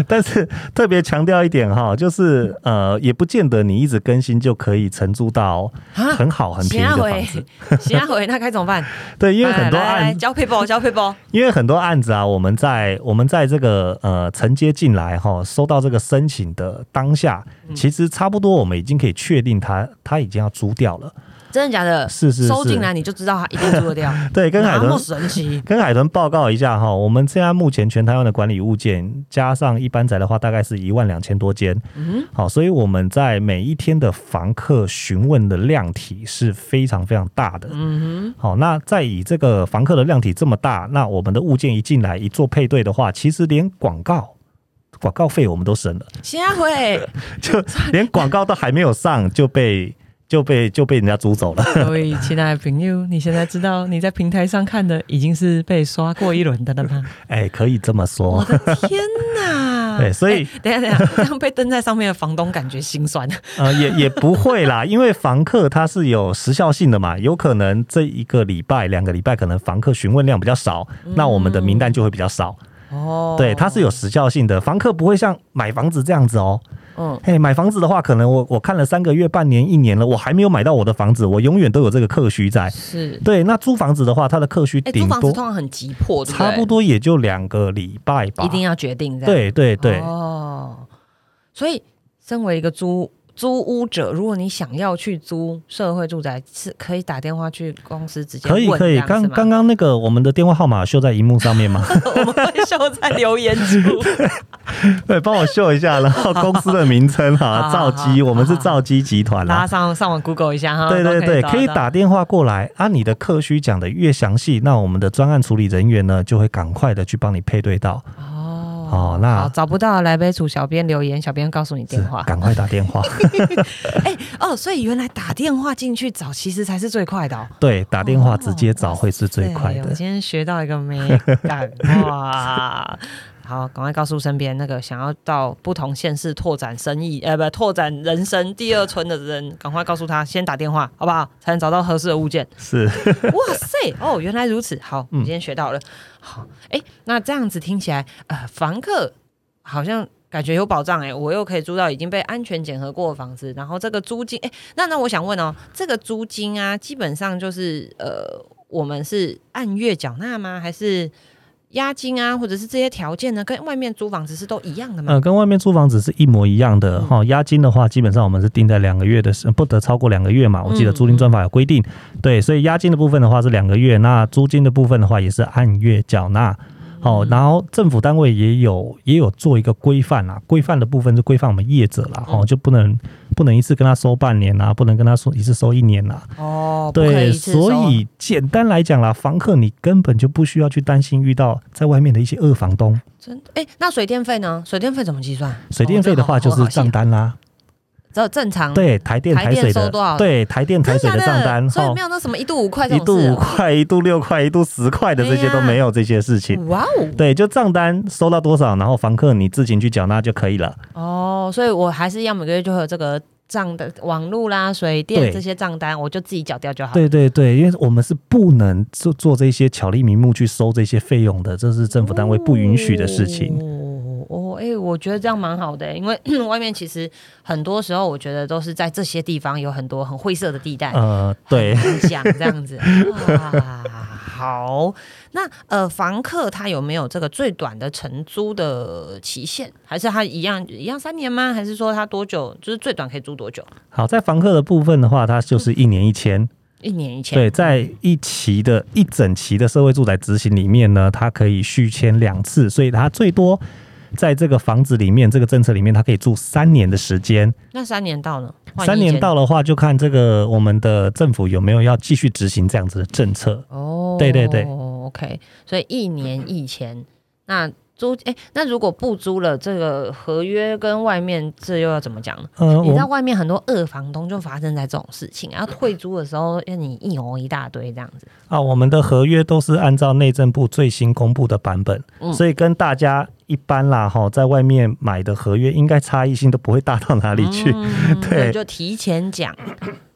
B: 但是特别强调一点哈，就是呃，也不见得你一直更新就可以承租到
A: 啊
B: 很好很便宜的房子。
A: 其他回那该怎么办？
B: 对， 因为
A: 来
B: 很多
A: 来来来
B: 案，
A: 交配包，交配包，
B: 因为很多案子啊，我们在我们在这个呃承接进来哈，收到这个申请的当下，
A: 嗯
B: 其实差不多我们已经可以确定它它已经要租掉了。
A: 真的假的？
B: 是是是
A: 收进来你就知道他一定租得掉，
B: 对， 跟海
A: 那
B: 豚
A: 么神奇，
B: 跟海豚报告一下哈，我们现在目前全台湾的管理物件加上一般宅的话，大概是一万两千多间。嗯，好，所以我们在每一天的房客询问的量体是非常非常大的。
A: 嗯
B: 好，那在以这个房客的量体这么大，那我们的物件一进来一做配对的话，其实连广告。广告费我们都省了，
A: 哼，其他回。
B: 就连广告都还没有上就被就被就被人家租走了。
A: 各位亲爱的朋友，你现在知道你在平台上看的已经是被刷过一轮的了 吗？
B: 哎、可以这么说
A: 我。的天 哪！
B: 对所以
A: 哎等一下等一 下，这样被登在上面的房东感觉心 酸。
B: 呃，也也不会啦，因为房客他是有时效性的嘛，有可能这一个礼拜、两个礼拜，可能房客询问量比较少，那我们的名单就会比较少。
A: 哦，
B: 对，它是有时效性的，房客不会像买房子这样子哦。
A: 嗯，
B: 嘿，买房子的话，可能我我看了三个月、半年、一年了，我还没有买到我的房子，我永远都有这个客需在。
A: 是。
B: 对，那租房子的话，它的客需
A: 哎，租
B: 顶
A: 房子
B: 多
A: 通常很急迫，对
B: 差不
A: 多
B: 多也就两个礼拜吧。
A: 一定要决定这样。
B: 对对对，
A: 哦，所以身为一个租租屋者，如果你想要去租社会住宅，是可以打电话去公司直接
B: 可以
A: 问
B: 可
A: 这
B: 以。
A: 样
B: 刚
A: 是吗
B: 刚刚那个我们的电话号码秀在荧幕上面吗？
A: 我们会秀在留言处。
B: 对，帮我秀一 下，然后公司的名称哈，
A: 好
B: 兆基，
A: 好
B: 我们是
A: 好
B: 兆基集团
A: 大家
B: 啦。
A: 上上网 Google 一下哈。
B: 对对
A: 都
B: 对，
A: 找
B: 可以
A: 到。
B: 打电话过来啊。你的客需讲的越详细，那我们的专案处理人员呢，就会赶快的去帮你配对到。
A: 哦
B: 哦，那
A: 好，找不到来杯主小编留言，小编告诉你
B: 是
A: 电话。
B: 赶快打电话。
A: 哎、哦，所以原来打电话进去找，其实才是最快的、哦。
B: 对，打电话
A: 哦
B: 直接找会是最 快
A: 对
B: 的
A: 我。今天学到一个美感哇！ 好，赶快告诉身边那个想要到不同县市拓展生意，呃，不，拓展人生第二春的人，赶快告诉他，先打电话，好不好？才能找到合适的物件。
B: 是，
A: 哇塞，哦，原来如此。好，我今
B: 嗯
A: 天学到了。好，哎、那这样子听起来，呃，房客好像感觉有保障哎、我又可以租到已经被安全检核过的房子，然后这个租金，哎、那那我想问哦，这个租金啊，基本上就是呃，我们是按月缴纳吗？还是押金啊，或者是这些条件呢，跟外面租房子是都一样的吗？
B: 呃，跟外面租房子是一模一样的哈。押金的话，基本上我们是定在两个月的时，不得超过两个月嘛。我记得
A: 嗯
B: 租赁专法有规定，对，所以押金的部分的话是两个月，那租金的部分的话也是按月缴纳。哦，然后政府单位也有也有做一个规范啦，规范的部分是规范我们业者啦，
A: 嗯
B: 哦，就不能不能一次跟他收半年啊，不能跟他说一次收一年啦，
A: 哦，不可
B: 对，
A: 一次收
B: 所以简单来讲啦，房客你根本就不需要去担心遇到在外面的一些恶房东，
A: 真的哎、那水电费呢？水电费怎么计算？
B: 水电费的话
A: 哦这
B: 就
A: 好
B: 是
A: 好好
B: 账
A: 细
B: 单啦，
A: 只有正常
B: 对台电
A: 嗯台
B: 台
A: 电
B: 水
A: 收
B: 的
A: 多少
B: 对台电台水
A: 真的假
B: 账单
A: 所以
B: 哈
A: 没，有那什么一度五块这
B: 一度
A: 种事哎
B: 五
A: 哦、
B: 块、一度六块、一度十块的这些都没有这些事情。
A: 哇哦，
B: 对，就账单收到多少，然后房客你自行去缴纳就可以了。
A: 哦，所以我还是要每个月就会有这个账的网路啦、水电
B: 对
A: 这些账单，我就自己缴掉就好。
B: 对对对，因为我们是不能做做这些巧立名目去收这些费用的，这是政府单位不允许的事情。
A: 哦，哦，哎、我觉得这样蛮好的、欸因为 外面其实很多时候，我觉得都是在这些地方有很多很灰色的地带。
B: 呃，对，
A: 很难讲这样子 啊。好，那呃，房客他有没有这个最短的承租的期限？还是他一样一样三年吗？还是说他多久就是最短可以租多久？
B: 好，在房客的部分的话，它就是一年一签。
A: 一年以前？
B: 对，在一期的一整期的社会住宅执行里面呢，它可以续签两次，所以它最多在这个房子里面，这个政策里面，它可以住三年的时间。
A: 那三年到呢？换
B: 三
A: 一
B: 年
A: 间
B: 到的话，就看这个我们的政府有没有要继续执行这样子的政策。
A: 哦，
B: 对对对
A: ，OK，所以一年以前那。租哎、那如果不租了，这个合约跟外面这又要怎么讲呢？
B: 呃，
A: 你知道
B: 我
A: 外面很多二房东就发生在这种事情，然后退租的时候让你一红一大堆这样子。
B: 啊，我们的合约都是按照内政部最新公布的版本，
A: 嗯
B: 所以跟大家一般啦哈，在外面买的合约应该差异性都不会大到哪里去。
A: 嗯、
B: 对
A: 所以就提前 讲，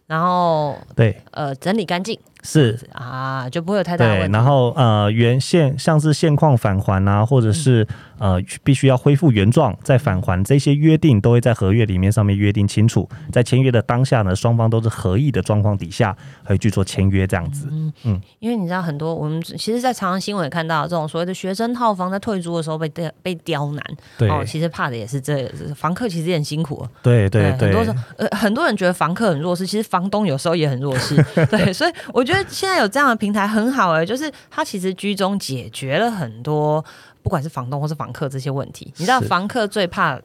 A: 然后
B: 对，
A: 呃整理干净
B: 是
A: 啊，就不会有太大的
B: 对，
A: 问题。
B: 然后呃，原现像是现况返还啊，或者
A: 嗯
B: 是呃，必须要恢复原状再返还，这些约定都会在合约里面上面约定清楚。在签约的当下呢，双方都是合意的状况底下，会去做签约这样子。
A: 嗯因为你知道很多我们其实，在常常新闻也看到这种所谓的学生套房在退租的时候被刁被刁难，
B: 对
A: 哦，其实怕的也是这房客，其实也很辛苦。啊
B: 对对
A: 很多时
B: 对
A: 候，呃，很多人觉得房客很弱势，其实房东有时候也很弱势。对，所以我觉得现在有这样的平台很好哎、就是它其实居中解决了很多，不管是房东或是房客这些问题。你知道，
B: 是
A: 房客最怕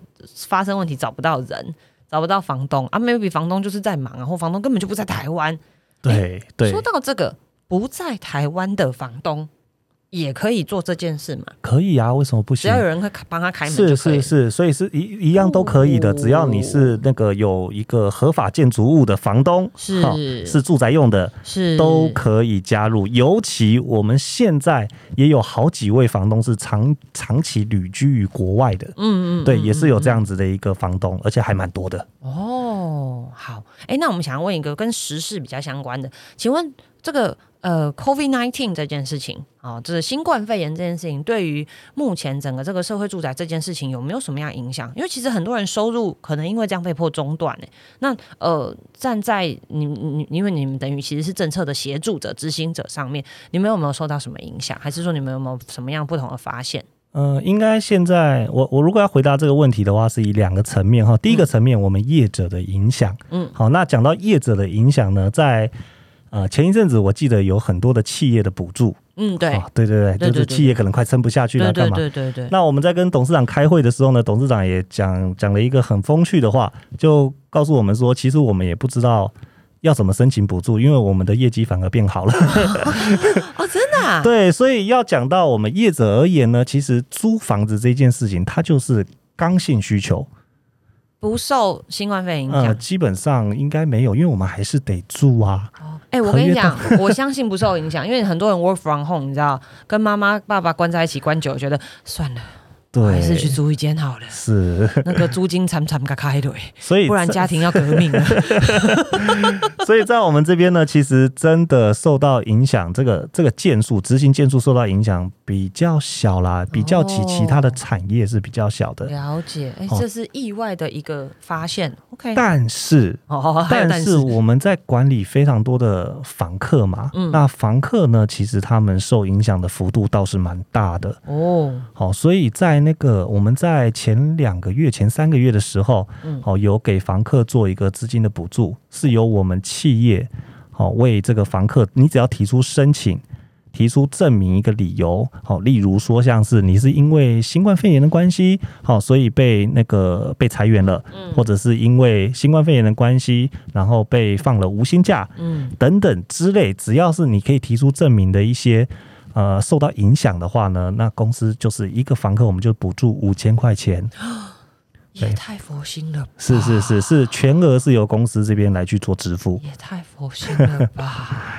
A: 发生问题找不到人。找不到房东啊，maybe 房东就是在忙啊，或房东根本就不在台湾。
B: 对对
A: 说，到这个不在台湾的房东也可以做这件事嘛，
B: 可以啊，为什么不
A: 只
B: 行
A: 要？有人会帮他开门
B: 是
A: 就可以
B: 是
A: 了
B: 是，所以是一一样都可以的，只要你是那个有一个合法建筑物的房东，
A: 是
B: 哈是住宅用的，
A: 是嗯
B: 都可以加入。尤其我们现在也有好几位房东是长长期旅居于国外的，
A: 嗯嗯，
B: 对，
A: 嗯
B: 也是有这样子的一个房东，而且还蛮多的。
A: 哦，好，哎，那我们想要问一个跟时事比较相关的，请问这个呃，COVID nineteen 这件事情啊、哦，就是新冠肺炎这件事情，对于目前整个这个社会住宅这件事情有没有什么样影响？因为其实很多人收入可能因为这样被迫中断呢。那呃，站在你你，因为你们等于其实是政策的协助者、执行者上面，你们有没有受到什么影响？还是说你们有没有什么样不同的发现？
B: 嗯，应该现在我我如果要回答这个问题的话，是以两个层面哈。第一个层面，我们业者的影响，
A: 嗯，
B: 好，那讲到业者的影响呢，在呃前一阵子我记得有很多的企业的补助，
A: 嗯，对，
B: 啊，对对
A: 对
B: 对，就
A: 对
B: 是
A: 对
B: 企业可能快撑不下去
A: 对
B: 了，干
A: 对
B: 嘛？
A: 对对对，
B: 那我们在跟董事长开会的时候呢，董事长也讲讲了一个很风趣的话，就告诉我们说，其实我们也不知道要怎么申请补助，因为我们的业绩反而变好了。
A: 哦，真的、啊，
B: 对，所以要讲到我们业者而言呢，其实租房子这件事情，它就是刚性需求，
A: 不受新冠肺炎影响。
B: 呃，基本上应该没有，因为我们还是得住啊。
A: 哎、我
B: 合
A: 跟你
B: 约
A: 讲，我相信不受影响，因为很多人 work from home，你知道，跟妈妈、爸爸关在一起关久，了，觉得算了，我哦还
B: 对，
A: 是 去租一间好了，
B: 是，
A: 那个租金惨惨嘎开 的，
B: 所以
A: 不然家庭要革命了。
B: 所以在我们这边呢，其实真的受到影响，这个这个件数执行件数受到影响比较小啦，比较起
A: 哦
B: 其他的产业是比较小的。
A: 了解，哎、
B: 哦
A: 这是意外的一个发现。OK，
B: 但是，
A: 哦，还有
B: 但
A: 但
B: 是我们在管理非常多的房客嘛，
A: 嗯
B: 那房客呢，其实他们受影响的幅度倒是蛮大的。
A: 哦，
B: 好、所以在那个我们在前两个月、前三个月的时候，
A: 嗯
B: 好、有给房客做一个资金的补助，是由我们企业好、为这个房客，你只要提出申请。提出证明一个理由，好、例如说像是你是因为新冠肺炎的关系，好、所以被那个被裁员了，
A: 嗯
B: 或者是因为新冠肺炎的关系，然后被放了无薪假，
A: 嗯，
B: 等等之类，只要是你可以提出证明的一些呃受到影响的话呢，那公司就是一个房客，我们就补助五千块钱。
A: 也太佛心了吧，
B: 是是是是，全额是由公司这边来去做支付。
A: 也太佛心了吧！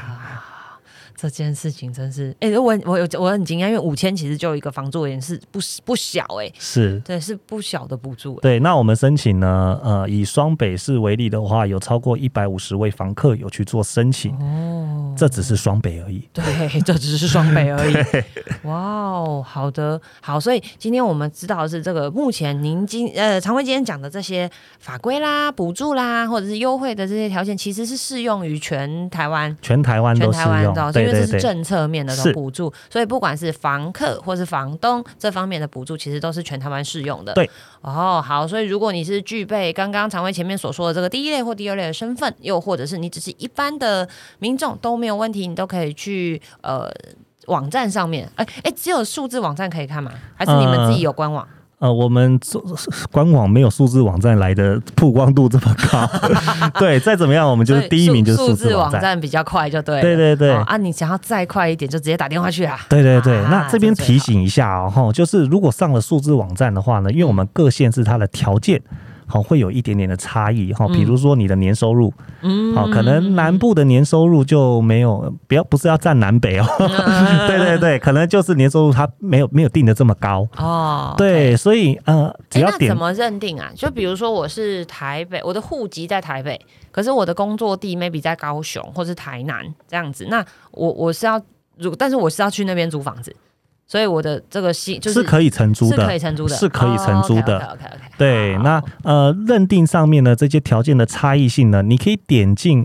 A: 这件事情真是，哎、我很我有我很惊讶，因为五千其实就一个房租而言是不不小哎、
B: 是，
A: 对，是不小的补助、哎
B: 对。那我们申请呢，呃，以双北市为例的话，有超过一百五十位房客有去做申请，
A: 哦，
B: 这只是双北而已。
A: 对，这只是双倍而已。哇哦，好的，好，所以今天我们知道的是这个，目前您今呃常辉今天讲的这些法规啦、补助啦，或者是优惠的这些条件，其实是适用于全台湾。
B: 全台湾
A: 全
B: 都适
A: 台湾
B: 用
A: 都，是，因为这
B: 对对
A: 是
B: 对，
A: 政策面的这
B: 是
A: 种补助，所以不管是房客或是房东这方面的补助，其实都是全台湾适用的。
B: 对，
A: 哦，好，所以如果你是具备刚刚常威前面所说的这个第一类或第二类的身份，又或者是你只是一般的民众都没有问题，你都可以去呃。网站上面，哎、哎、只有数字网站可以看吗？还是你们自己有官网？
B: 呃，我们做官网没有数字网站来的曝光度这么 高，对，再怎么样我们就是
A: 所以
B: 第一名就是
A: 数
B: 字
A: 网
B: 网站，
A: 站比较快，就对了。
B: 对对对
A: 哦啊，你想要再快一点，就直接打电话去啊。
B: 对对对，
A: 啊
B: 那这边
A: 这最
B: 提
A: 好
B: 醒一下哦，吼就是如果上了数字网站的话呢，因为我们各县市它的条件。好，会有一点点的差异哈，比如说你的年收入，
A: 嗯
B: 好、可能南部的年收入就没有，不要不是要占南北哦，
A: 嗯
B: 对对对，可能就是年收入它没有没有定的这么高，
A: 哦，
B: 对，所以呃，只
A: 诶
B: 要
A: 哎那
B: 点
A: 怎么认定啊？就比如说我是台北，我的户籍在台北，可是我的工作地 maybe 在高雄或是台南这样子，那我我是要如，但是我是要去那边租房子，所以我的这个系就是
B: 可以承租
A: 是
B: 的，
A: 可以承租的，哦
B: 是可以承租的
A: OK OK OK。
B: 对，那呃，认定上面呢这些条件的差异性呢，你可以点进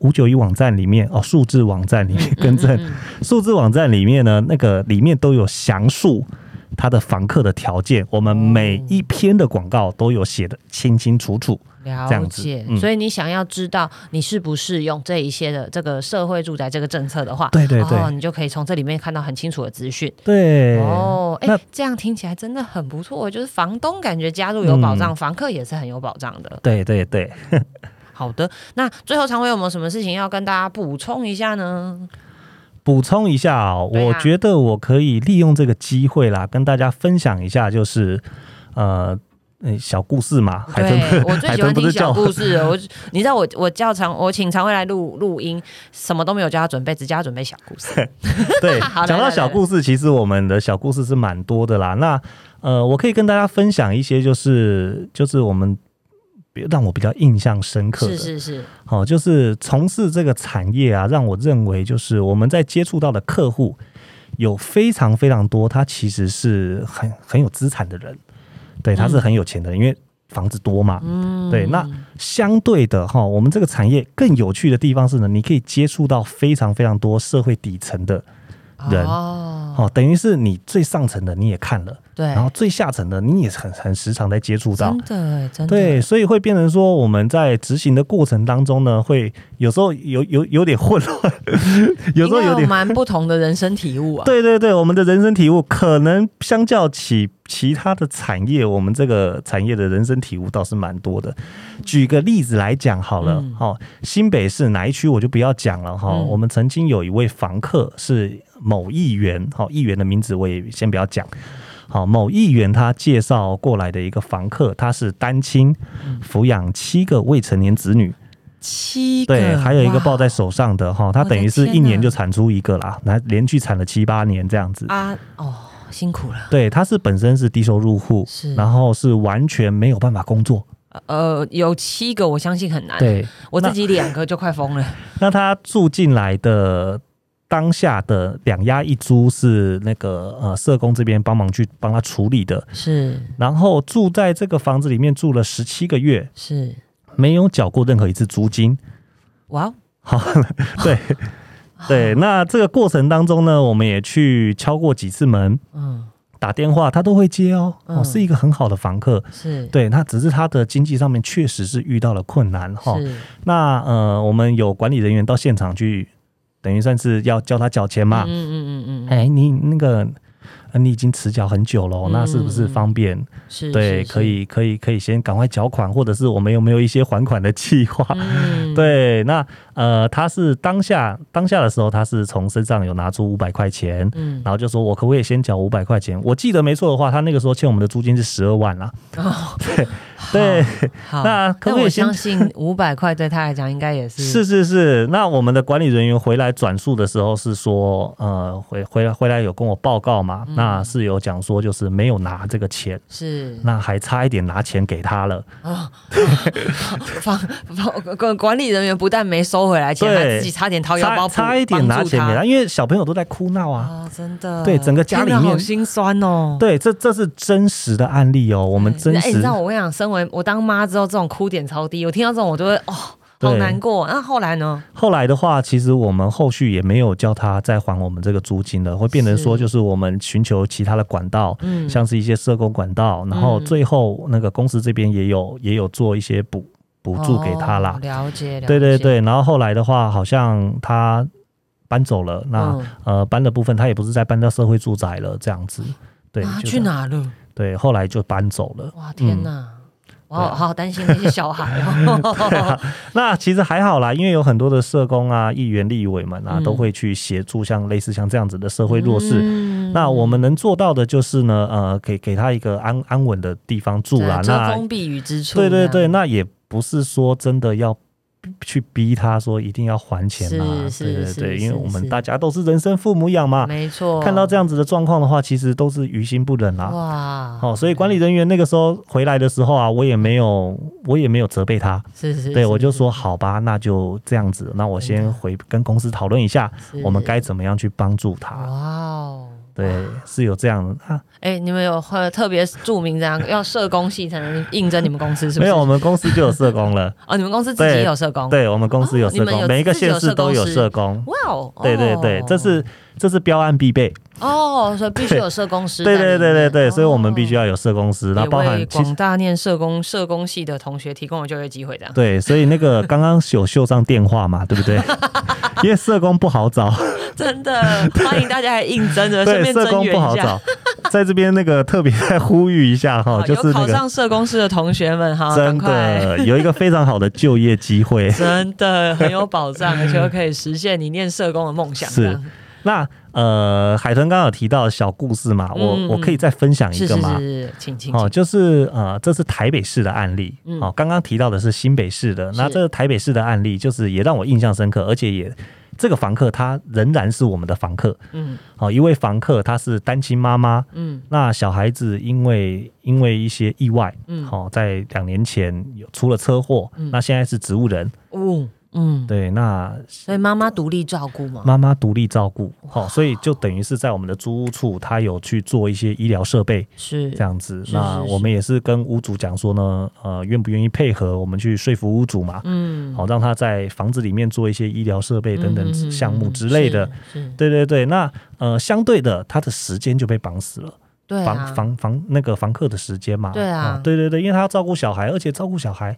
B: 五九一网站里面哦，数字网站里
A: 嗯
B: 面更正，数字网站里面呢，那个里面都有详述它的房客的条件，我们每一篇的广告都有写的清清楚楚。这
A: 了
B: 样子
A: 解，
B: 嗯
A: 所以你想要知道你适不适用这一些的这个社会住宅这个政策的话，
B: 对对对
A: 哦，你就可以从这里面看到很清楚的资讯。
B: 对，
A: 哦，哎、
B: 那
A: 这样听起来真的很不错。就是房东感觉加入有保
B: 嗯
A: 障，房客也是很有保障的。
B: 对对对。
A: 好的，那最后常委有没有什么事情要跟大家补充一下呢？
B: 补充一下哦，
A: 对啊
B: 我觉得我可以利用这个机会啦，跟大家分享一下，就是呃。嗯，小故事嘛，海豚
A: 对我最
B: 海
A: 喜欢
B: 豚不
A: 听
B: 是叫
A: 小故事了。我你知道我我叫常我请常委来录录音，什么都没有叫他准备，只叫他准备小故 事。
B: 对
A: 好，来
B: 讲
A: 来
B: 到
A: 来
B: 小故事，其实我们的小故事是蛮多的啦。那呃，我可以跟大家分享一些，就是就是我们比让我比较印象深刻
A: 是
B: 的，
A: 是是，
B: 好、就是从事这个产业啊，让我认为就是我们在接触到的客户有非常非常多，他其实是很很有资产的人，对，他是很有钱的人，因为房子多嘛，
A: 嗯，
B: 对，那相对的哈，我们这个产业更有趣的地方是呢，你可以接触到非常非常多社会底层的人
A: 哦，
B: 哦，等于是你最上层的你也看了，
A: 对，
B: 然后最下层的你也很很时常在接触到
A: 真。的耶真的
B: 对，
A: 耶，
B: 所以会变成说我们在执行的过程当中呢，会有时候有有有点混乱， 有时候
A: 应该
B: 有点
A: 蛮不同的人生体悟啊。
B: 对对对，我们的人生体悟可能相较起其他的产业，我们这个产业的人生体悟倒是蛮多的。举个例子来讲好了
A: 嗯，
B: 好、新北市哪一区我就不要讲了哈、
A: 嗯
B: 我们曾经有一位房客是某议员，好、议员的名字我也先不要讲。好，某议员他介绍过来的一个房客，他是单亲，
A: 嗯
B: 抚养七个未成年子女，
A: 七个，
B: 对，还有一个
A: 哇
B: 抱在手上的哈，他
A: 我的
B: 等于是一
A: 天
B: 年
A: 哪
B: 就产出一个啦，那连续产了七八年这样子。
A: 啊，哦，辛苦了。
B: 对，他是本身是低收入户，
A: 是
B: 然后是完全没有办法工作。
A: 呃，有七个，我相信很难。
B: 对，
A: 我自己两个就快疯了。
B: 那他住进来的当下的两押一租是那个呃社工这边帮忙去帮他处理的，
A: 是
B: 然后住在这个房子里面住了十七个月，
A: 是，
B: 没有缴过任何一次租金。
A: 哇哦，
B: 好， 对。对，那这个过程当中呢，我们也去敲过几次门，
A: 嗯，
B: 打电话他都会接哦，哦，
A: 嗯
B: 是一个很好的房客。
A: 是，
B: 对，那只是他的经济上面确实是遇到了困难哈。
A: 是，
B: 那呃，我们有管理人员到现场去，等于算是要叫他缴钱嘛。哎
A: 嗯嗯嗯嗯嗯，
B: 哎、你那个呃你已经迟缴很久了哦，那是不是方便？
A: 嗯是，
B: 对，
A: 是
B: 可，以，可以，可以先赶快缴款，或者是我们有没有一些还款的计划？
A: 是嗯，
B: 对，那呃，他是当下当下的时候，他是从身上有拿出五百块钱，
A: 嗯，
B: 然后就说我可不可以先缴五百块钱？我记得没错的话，他那个时候欠我们的租金是十二万啦。
A: 哦，
B: 对，
A: 好，
B: 那可
A: 但
B: 不可以
A: 我
B: 先
A: 相 信五百块对他来讲应该也是
B: 是是是，那我们的管理人员回来转述的时候是说，呃，回回来回来有跟我报告嘛，
A: 嗯
B: 那是有讲说就是没有拿这个钱，
A: 是
B: 那还差一点拿钱给他了，
A: 啊，房房管管理人员不但没收回来钱，
B: 对
A: 还自己差点掏腰
B: 差
A: 包，
B: 差一点拿钱给
A: 帮
B: 他，
A: 助
B: 因为小朋友都在哭闹
A: 他
B: 啊。
A: 啊，真的，
B: 对整个家里面
A: 听得好心酸哦。
B: 对，这这是真实的案例哦，我们真
A: 哎你
B: 实
A: 知道我跟你讲，身为我当妈之后，这种哭点超低，我听到这种我就会哦，好
B: 对
A: 难过。那后来呢？
B: 后来的话，其实我们后续也没有叫他再还我们这个租金了，会变成说
A: 是
B: 就是我们寻求其他的管道，
A: 嗯，
B: 像是一些社工管道，然后最后那个公司这边也有也有做一些补补助给他啦
A: 哦。了解，了
B: 对对
A: 解，
B: 对，然后后来的话，好像他搬走了，那、
A: 嗯
B: 呃搬的部分他也不是再搬到社会住宅了，这样子。对，
A: 啊
B: 就
A: 去
B: 这样？
A: 哪了？
B: 对，后来就搬走了。
A: 哇，天
B: 嗯
A: 哪！我
B: 对
A: 好
B: 啊
A: 好担心那些小孩 哦。
B: 那其实还好啦，因为有很多的社工啊、议员、立委们啊，
A: 嗯
B: 都会去协助像类似像这样子的社会弱势。
A: 嗯
B: 那我们能做到的就是呢，呃，给给他一个安安稳的地方住啦。
A: 遮
B: 那
A: 风避雨之处，
B: 对对
A: 这
B: 对，
A: 样，
B: 那也不是说真的要逼去逼他说一定要还钱啦。
A: 是
B: 对对
A: 是
B: 对，
A: 是
B: 因为我
A: 是
B: 们大家都是人生父母养嘛，
A: 没错。
B: 看到这样子的状况的话，其实都是于心不忍啦。
A: 哇，
B: 哦，所以管理人员那个时候回来的时候啊，我也没有，我也没有责备他，
A: 是是，
B: 对
A: 是
B: 我就说，
A: 是
B: 好吧，那就这样子，那我
A: 真的
B: 先回跟公司讨论一下，
A: 是
B: 我们该怎么样去帮助他。
A: 哇哦。
B: 对，是有这样的啊，
A: 哎、你们有呃特别注明这样，要社工系才能应征你们公司是不是？
B: 没有，我们公司就有社工了。
A: 哦，你们公司自己
B: 对
A: 也有社工。，
B: 对，我们公司有
A: 哦你
B: 社
A: 们有
B: 工，每一个
A: 自己有
B: 县市都有
A: 社
B: 社工。
A: 哇哦，
B: 对对对
A: 哦，
B: 这是这是标案必备。
A: 哦，所以必须有社工师在
B: 对
A: 里面。
B: 对对对对，所以我们必须
A: 要
B: 要有社工师，那包含其
A: 广
B: 实
A: 大念社工 社工系的同学提供了就业机会，这样。
B: 对，所以那个刚刚有秀上电话嘛，对不 对？因为社工不好找，
A: 真的，欢迎大家来应征的，呃顺
B: 对，
A: 便
B: 社
A: 增
B: 工
A: 援
B: 不好
A: 一下。
B: 找，在这边那个特别再呼吁一下哈，
A: 好
B: 就是
A: 有
B: 那
A: 考
B: 个
A: 上社工师的同学们哈，赶
B: 真
A: 快。
B: 的有一个非常好的就业机会。
A: 真的很有保障， 而且又可以实现你念社工的梦想。
B: 是
A: 这样
B: 那呃，海豚刚刚有提到小故事嘛，
A: 嗯
B: 我我可以再分享一
A: 是
B: 个
A: 是
B: 吗？
A: 是，请请
B: 哦，
A: 请。
B: 就是呃，这是台北市的案例。
A: 嗯
B: 哦，刚刚提到的是新北市的，那
A: 是
B: 这个台北市的案例，就是也让我印象深刻，而且也这个房客他仍然是我们的房客。
A: 嗯
B: 哦，一位房客他是单亲妈妈，
A: 嗯
B: 那小孩子因为因为一些意外，
A: 嗯，
B: 哦，在两年前有出了车祸，
A: 嗯
B: 那现在是植物人。
A: 哦嗯，
B: 对，那
A: 所以妈妈独立照顾嘛。
B: 妈妈独立照顾，哦，所以就等于是在我们的租屋处，他有去做一些医疗设备。
A: 是
B: 这样子
A: 是。
B: 那
A: 是
B: 我们也是跟屋主讲说呢，呃，愿不愿意配合我们去说服屋主嘛？
A: 嗯，
B: 好、让他在房子里面做一些医疗设哦备等
A: 嗯
B: 等
A: 嗯嗯
B: 项目
A: 嗯
B: 之类的。
A: 是，是
B: 对对对，那呃，相对的，他的时间就被绑死了，
A: 对啊
B: 房，房房那个房客的时间嘛。
A: 对啊
B: 哦对对对，因为他要照顾小孩，而且照顾小孩，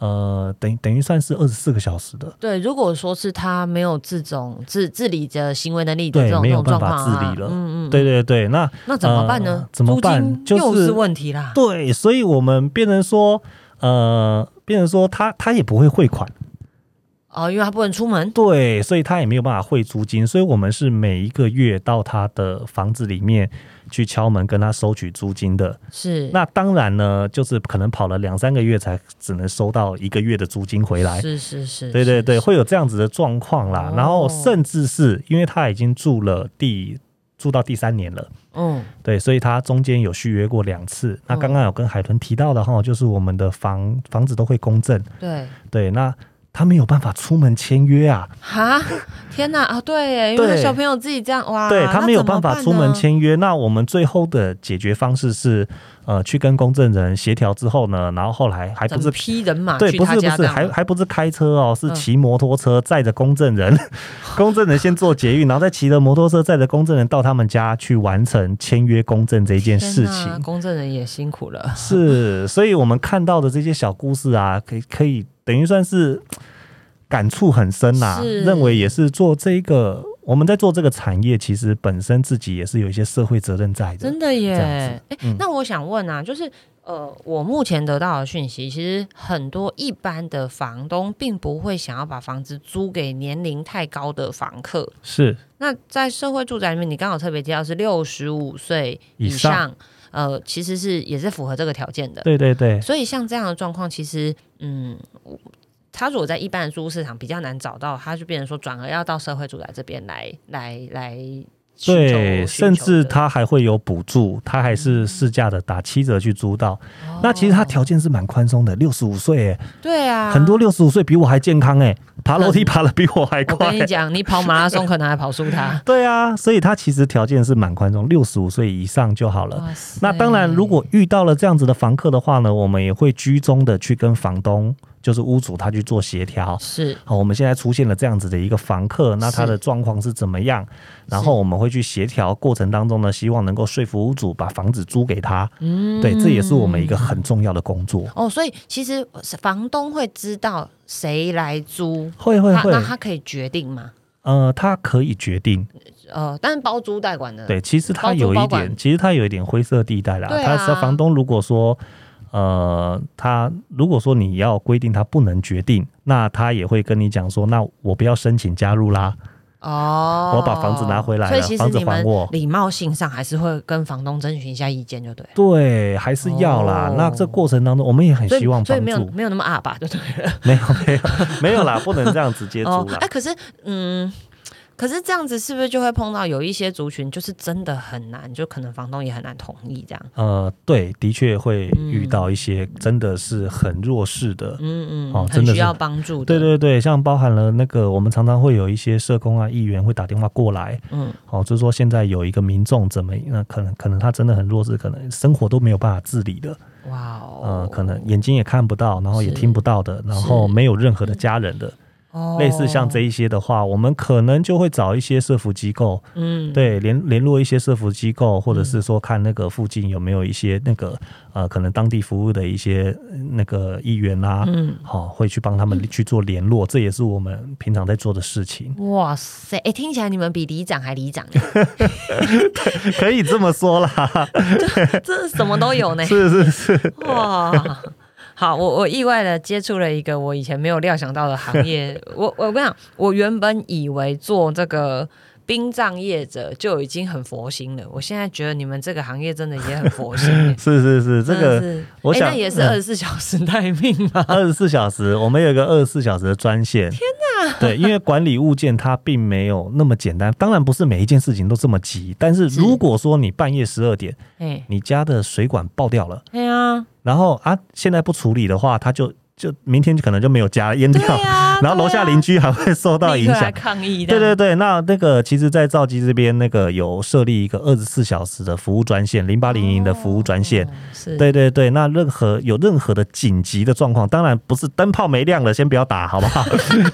B: 呃，等等于算是二十四个小时的，
A: 对，如果说是他没有这种自自理的行为能力的
B: 对
A: 这种
B: 没
A: 这
B: 有
A: 种状
B: 办
A: 况
B: 法
A: 啊
B: 自理了
A: 嗯嗯，
B: 对
A: 嗯，
B: 对对，那
A: 那怎么办呢
B: 呃？怎么办
A: 租金
B: 就是
A: 又是问题啦。
B: 对，所以我们变成说，呃，变成说他他也不会汇款。
A: 哦，因为他不能出门。
B: 对，所以他也没有办法汇租金，所以我们是每一个月到他的房子里面去敲门跟他收取租金的。
A: 是，
B: 那当然呢，就是可能跑了两三个月才只能收到一个月的租金回来。
A: 是是是，
B: 对对
A: 是
B: 对，
A: 是
B: 会有这样子的状况啦。
A: 哦
B: 然后甚至是因为他已经住了第住到第三年了。
A: 嗯
B: 对，所以他中间有续约过两次。那
A: 嗯
B: 刚刚有跟海豚提到的哈，就是我们的房房子都会公证。
A: 对。
B: 对，那他没有办法出门签约啊。
A: 哈， 天哪啊，对耶，因为
B: 对
A: 小朋友自己这样哇，
B: 对
A: 啊那
B: 他没有
A: 怎么
B: 办法
A: 办
B: 出门
A: 呢，
B: 签约，那我们最后的解决方式是，呃，去跟公证人协调之后呢，然后后来还不
A: 整
B: 是
A: 批人马
B: 对，
A: 去
B: 不
A: 他
B: 是不
A: 家这
B: 是，
A: 样
B: 还
A: 吗
B: 还不是开车哦，是
A: 嗯
B: 骑摩托车载着公证人， 公证人先做捷运，然后再骑着摩托车载着公证人到他们家去完成签约公证这件
A: 天
B: 事
A: 哪
B: 情。
A: 公证人也辛苦了，
B: 是，所以我们看到的这些小故事啊，可以可以等于算是感触很深呐、
A: 是
B: 认为也是做这一个我们在做这个产业，其实本身自己也是有一些社会责任在的
A: 真。的耶！
B: 这样嗯
A: 哎、那我想问啊，就是呃，我目前得到的讯息，其实很多一般的房东并不会想要把房子租给年龄太高的房客。
B: 是
A: 那在社会住宅里面，你刚好特别提到是六十五岁以
B: 以上
A: 呃，其实是也是符合这个条件的。
B: 对对对，
A: 所以像这样的状况，其实嗯，我他如果在一般的租屋市场比较难找到，他就变成说转而要到社会住宅这边来来来寻求。寻
B: 对，甚
A: 求
B: 至
A: 的嗯
B: 它还会有补助，它还是市价的打七折去租到。
A: 哦
B: 那其实它条件是蛮宽松的，六十五岁哎，
A: 对啊，
B: 很多六十五岁比我还健康哎、爬楼梯爬的比我还
A: 我
B: 快、。
A: 跟你讲，你跑马拉松可能还跑输他
B: 对啊，所以它其实条件是蛮宽松，六十五岁以上就好了。
A: 哇塞
B: 那当然，如果遇到了这样子的房客的话呢，我们也会居中的去跟房东，就是屋主他去做协调。
A: 是
B: 好，我们现在出现了这样子的一个房客，那他
A: 是
B: 的状况是怎么样？然后我们会去协调过程当中呢，希望能够说服屋主把房子租给他。嗯，对，这也是我们一个很重要的工作。
A: 哦，所以其实房东会知道谁来租，
B: 会会
A: 他
B: 会
A: 那，他可以决定吗？
B: 呃，他可以决定，
A: 呃，但是包租代管的，
B: 对，其实
A: 嗯包
B: 它
A: 租
B: 有
A: 包
B: 一
A: 管
B: 点，其实它有一点灰色地带啦。
A: 对
B: 它
A: 啊
B: 是房东如果说，呃，他如果说你要规定他不能决定，那他也会跟你讲说，那我不要申请加入啦。
A: 哦，
B: 我把房子拿回来了
A: 所以其实
B: 房子
A: 你们
B: 还我
A: 礼貌性上还是会跟房东征询一下意见，就对了。
B: 对，还是要啦。
A: 哦
B: 那这过程当中，我们也很
A: 所
B: 希望
A: 以所以
B: 帮
A: 没有
B: 助。
A: 没有那么啊吧，就对了。
B: 没有没有没有啦，不能这样直接租
A: 哦，
B: 啦
A: 哎、。可是，嗯，可是这样子是不是就会碰到有一些族群，就是真的很难，就可能房东也很难同意这样。
B: 呃，对，的确会
A: 嗯
B: 遇到一些真的是很弱势的。
A: 嗯嗯，
B: 哦
A: 很
B: 真的
A: 需
B: 是
A: 要帮助的。
B: 对，对对，像包含了那个，我们常常会有一些社工啊、议员会打电话过来，
A: 嗯，
B: 哦，就是说现在有一个民众怎么，那可能可能他真的很弱智，可能生活都没有办法自理的，
A: 哇哦，
B: 呃，可能眼睛也看不到，然后也
A: 是
B: 听不到的，然后没有任何的家人的，
A: 哦
B: 类似像这，一些的话，我们可能就会找一些社服机构，
A: 嗯，
B: 对，联联络一些社服机构，或者
A: 嗯
B: 是说看那个附近有没有一些那个呃，可能当地服务的一些呃那个议员啊，
A: 嗯，
B: 好、会去帮他们去做联络，这也是我们平常在做的事 情，
A: 哇塞，哎、听起来你们比里长还里长，
B: 可以这么说啦，
A: 哎这什么都有呢，
B: 是是是。。
A: 哇。好，我我意外的接触了一个我以前没有料想到的行业。我我跟你讲，我原本以为做这个殡葬业者就已经很佛心了，我现在觉得你们这个行业真的也很佛心耶
B: 是是是， 这
A: 真的
B: 个
A: 是，
B: 我
A: 哎
B: 想嗯
A: 那也是二十四小时待命 嘛。
B: 二十四小时，我们有一个二十四小时的专线。天哪！对，因为管理物件它并没有那么简单，当然不是每一件事情都这么急。但是
A: 是
B: 如果说你半夜十二点，
A: 哎，
B: 你家的水管爆掉了，
A: 对啊，
B: 然后啊现在不处理的话，它就就明天就可能就没有家了淹
A: 对
B: 掉，
A: 啊，
B: 然后楼下
A: 对啊
B: 邻居还会受到
A: 立
B: 影
A: 刻
B: 响
A: 来。抗议
B: 对
A: 的。
B: 对对，那那个其实，在赵基这边那个有设立一个二十四小时的服务专线，零八零零的服务专线。
A: 哦是，
B: 对对对，那任何有任何的紧急的状况，当然不是灯泡没亮了，先不要打，好不 好？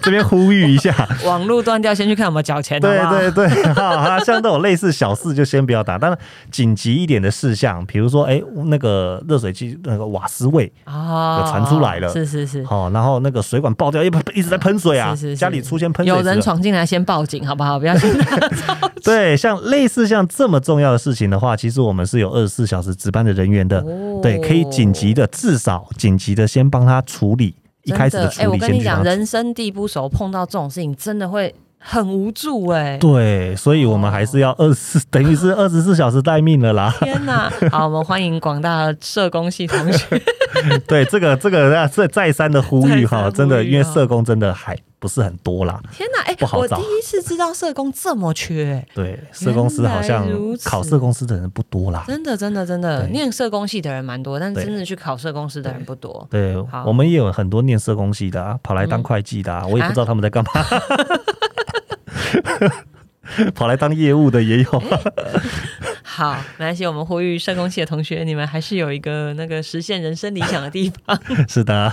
B: 这边呼吁一下。
A: 网络断掉，先去看有没有缴钱，
B: 对
A: 好不好
B: 对对， 哈哈，像这种类似小事就先不要打。当然，紧急一点的事项，比如说，哎，那个热水器那个瓦斯味，
A: 哦，
B: 有传出来了
A: 是是是，
B: 哦，然后那个水管爆掉，一直一直在喷水啊，
A: 是是是
B: 家里出现喷水
A: 有
B: 池
A: 人
B: 了
A: 闯进来，先报警好不好？不要先打
B: 对，像类似像这么重要的事情的话，其实我们是有二十四小时值班的人员的，
A: 哦
B: 对，可以紧急的，至少紧急的先帮他处理，一
A: 真
B: 开始的
A: 哎，
B: 处
A: 我
B: 理
A: 跟
B: 先
A: 你
B: 去帮
A: 讲，
B: 他
A: 人生地不熟，碰到这种事情真的会很无助哎、。
B: 对，所以我们还是要二四，等于是二十四小时待命了啦
A: 天哪！好，我们欢迎广大的社工系同 学。
B: 对，这个这个这再三的呼吁
A: 再三
B: 哈，
A: 呼吁
B: 真的，因为
A: 哦
B: 社工真的还不是很多啦。
A: 天哪！哎、
B: 不好
A: 我
B: 找
A: 第一次知道社工这么缺、
B: 对，社公司好像
A: 原来如此
B: 考社公司的人不多啦。
A: 真的真的真的，
B: 对
A: 念社工系的人蛮多，但
B: 对
A: 真的去考社工师的人不多。
B: 对
A: 好，嗯
B: 我们也有很多念社工系的啊，跑来当会计的啊，我也不知道他们在 干嘛。 跑来当业务的也有，
A: 好，没关系，我们呼吁社工系的同学，你们还是有一个那个实现人生理想的地方。
B: 是的，啊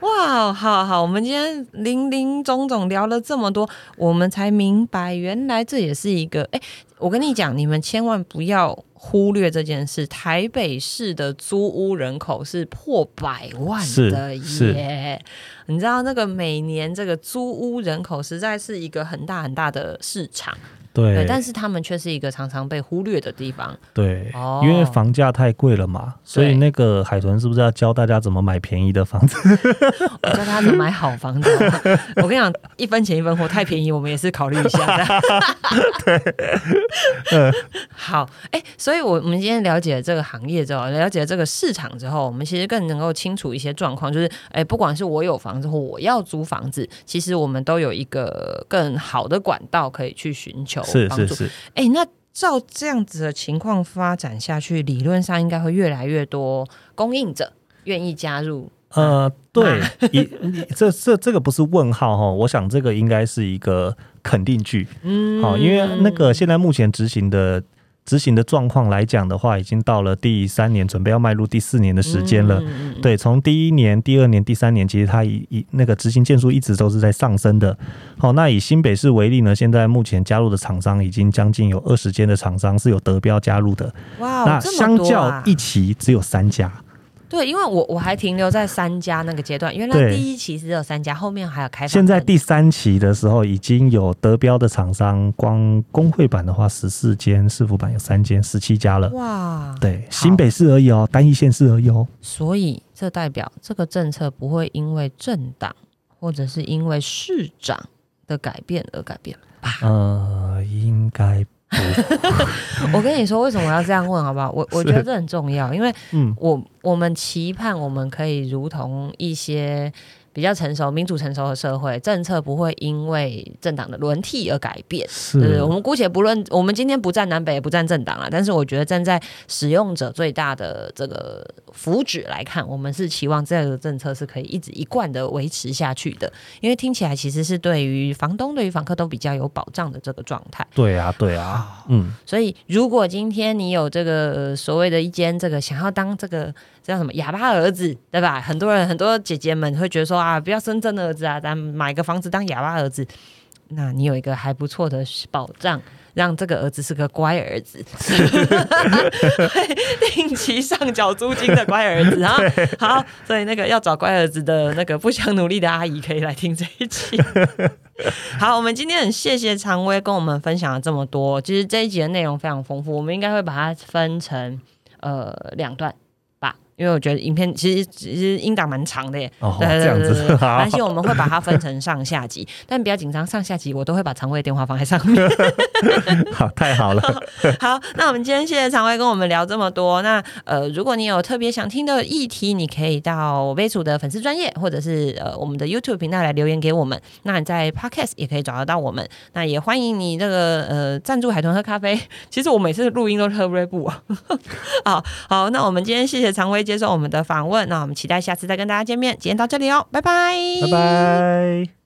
A: 哇，好好，我们今天零零总总聊了这么多，我们才明白，原来这也是一个。哎、我跟你讲，你们千万不要忽略这件事。台北市的租屋人口是破百万的
B: 是
A: 耶，你知道那个每年这个租屋人口实在是一个很大很大的市场，对，
B: 对
A: 但是他们却是一个常常被忽略的地方。
B: 对
A: 哦，
B: 因为房价太贵了嘛，所以
A: 对
B: 那个海豚是不是要教大家怎么买便宜的房子？
A: 我教他怎么买好房子好 不好。我跟你讲，一分钱一分货，太便宜，我们也是考虑一 下。对， 好，哎、所以我我们今天了解这个行业之后，了解这个市场之后，我们其实更能够清楚一些状况，就是，哎、不管是我有房子或我要租房子，其实我们都有一个更好的管道可以去寻求
B: 是
A: 帮
B: 是
A: 助。
B: 是，
A: 哎、那照这样子的情况发展下去，理论上应该会越来越多供应者愿意加入。
B: 呃，对，
A: 啊
B: 一一这这这个不是问号哈，我想这个应该是一个肯定句，
A: 嗯
B: 好，因为那个现在目前执行的执行的状况来讲的话，已经到了第三年，准备要迈入第四年的时间了。
A: 嗯，
B: 对，从第一年、第二年、第三年，其实它以以那个执行件数一直都是在上升的。好、那以新北市为例呢，现在目前加入的厂商已经将近有二十间的厂商是有得标加入的，
A: 哇，
B: 那
A: 这么
B: 相
A: 多
B: 较
A: 啊
B: 一期只有三家。
A: 对，因为我我还停留在三家那个阶段，原来
B: 对
A: 第一期只有三家，后面还有开放。
B: 现在第三期的时候，已经有得标的厂商，光工会版的话十四间，市府版有三间，十七家了。
A: 哇，
B: 对，新北市而已哦，单一县市而已哦。
A: 所以这代表这个政策不会因为政党或者是因为市长的改变而改 变。
B: 呃，应该不，
A: 我跟你说，为什么我要这样问，好不好？ 我我觉得这很重要，因为
B: 嗯，
A: 我我们期盼我们可以如同一些比较成熟、民主成熟的社会，政策不会因为政党的轮替而改变。对
B: 是
A: 我，们姑且不论，我们今天不站南北，也不站政党啊，但是我觉得站在使用者最大的这个福祉来看，我们是期望这个政策是可以一直一贯的维持下去的，因为听起来其实是对于房东、对于房客都比较有保障的这个状态。
B: 对啊，对啊，嗯，
A: 所以，如果今天你有这个、呃所谓的一间这个想要当这个这叫什么哑巴儿子，对吧？很多人很多姐姐们会觉得说啊，不要生真儿子啊，咱买个房子当哑巴儿子。那你有一个还不错的保障，让这个儿子是个乖儿子，会定期上缴租金的乖儿子啊。好，所以那个要找乖儿子的那个不想努力的阿姨可以来听这一期。 好，我们今天很谢谢常威跟我们分享了这么多。其实这一集的内容非常丰富，我们应该会把它分成呃两段吧，因为我觉得影片其实其实音档蛮长的耶。
B: 哦，
A: 对
B: 这样
A: 对对
B: 子，
A: 对，
B: 好
A: 而且我们会把它分成上下集，但不要紧张，上下集我都会把常威的电话放在上面。
B: 好，太好了，
A: 好，那我们今天谢谢常威跟我们聊这么多。那呃，如果你有特别想听的议题，你可以到微楚的粉丝专业，或者是呃我们的 YouTube 频道来留言给我们。那你在 Podcast 也可以找得到我们。那也欢迎你这个呃赞助海豚喝咖啡。 其实我每次录音都是喝 Red Bull 好好，那我们今天谢谢常威接受我们的访问。那我们期待下次再跟大家见面。今天到这里哦，拜拜，
B: 拜拜。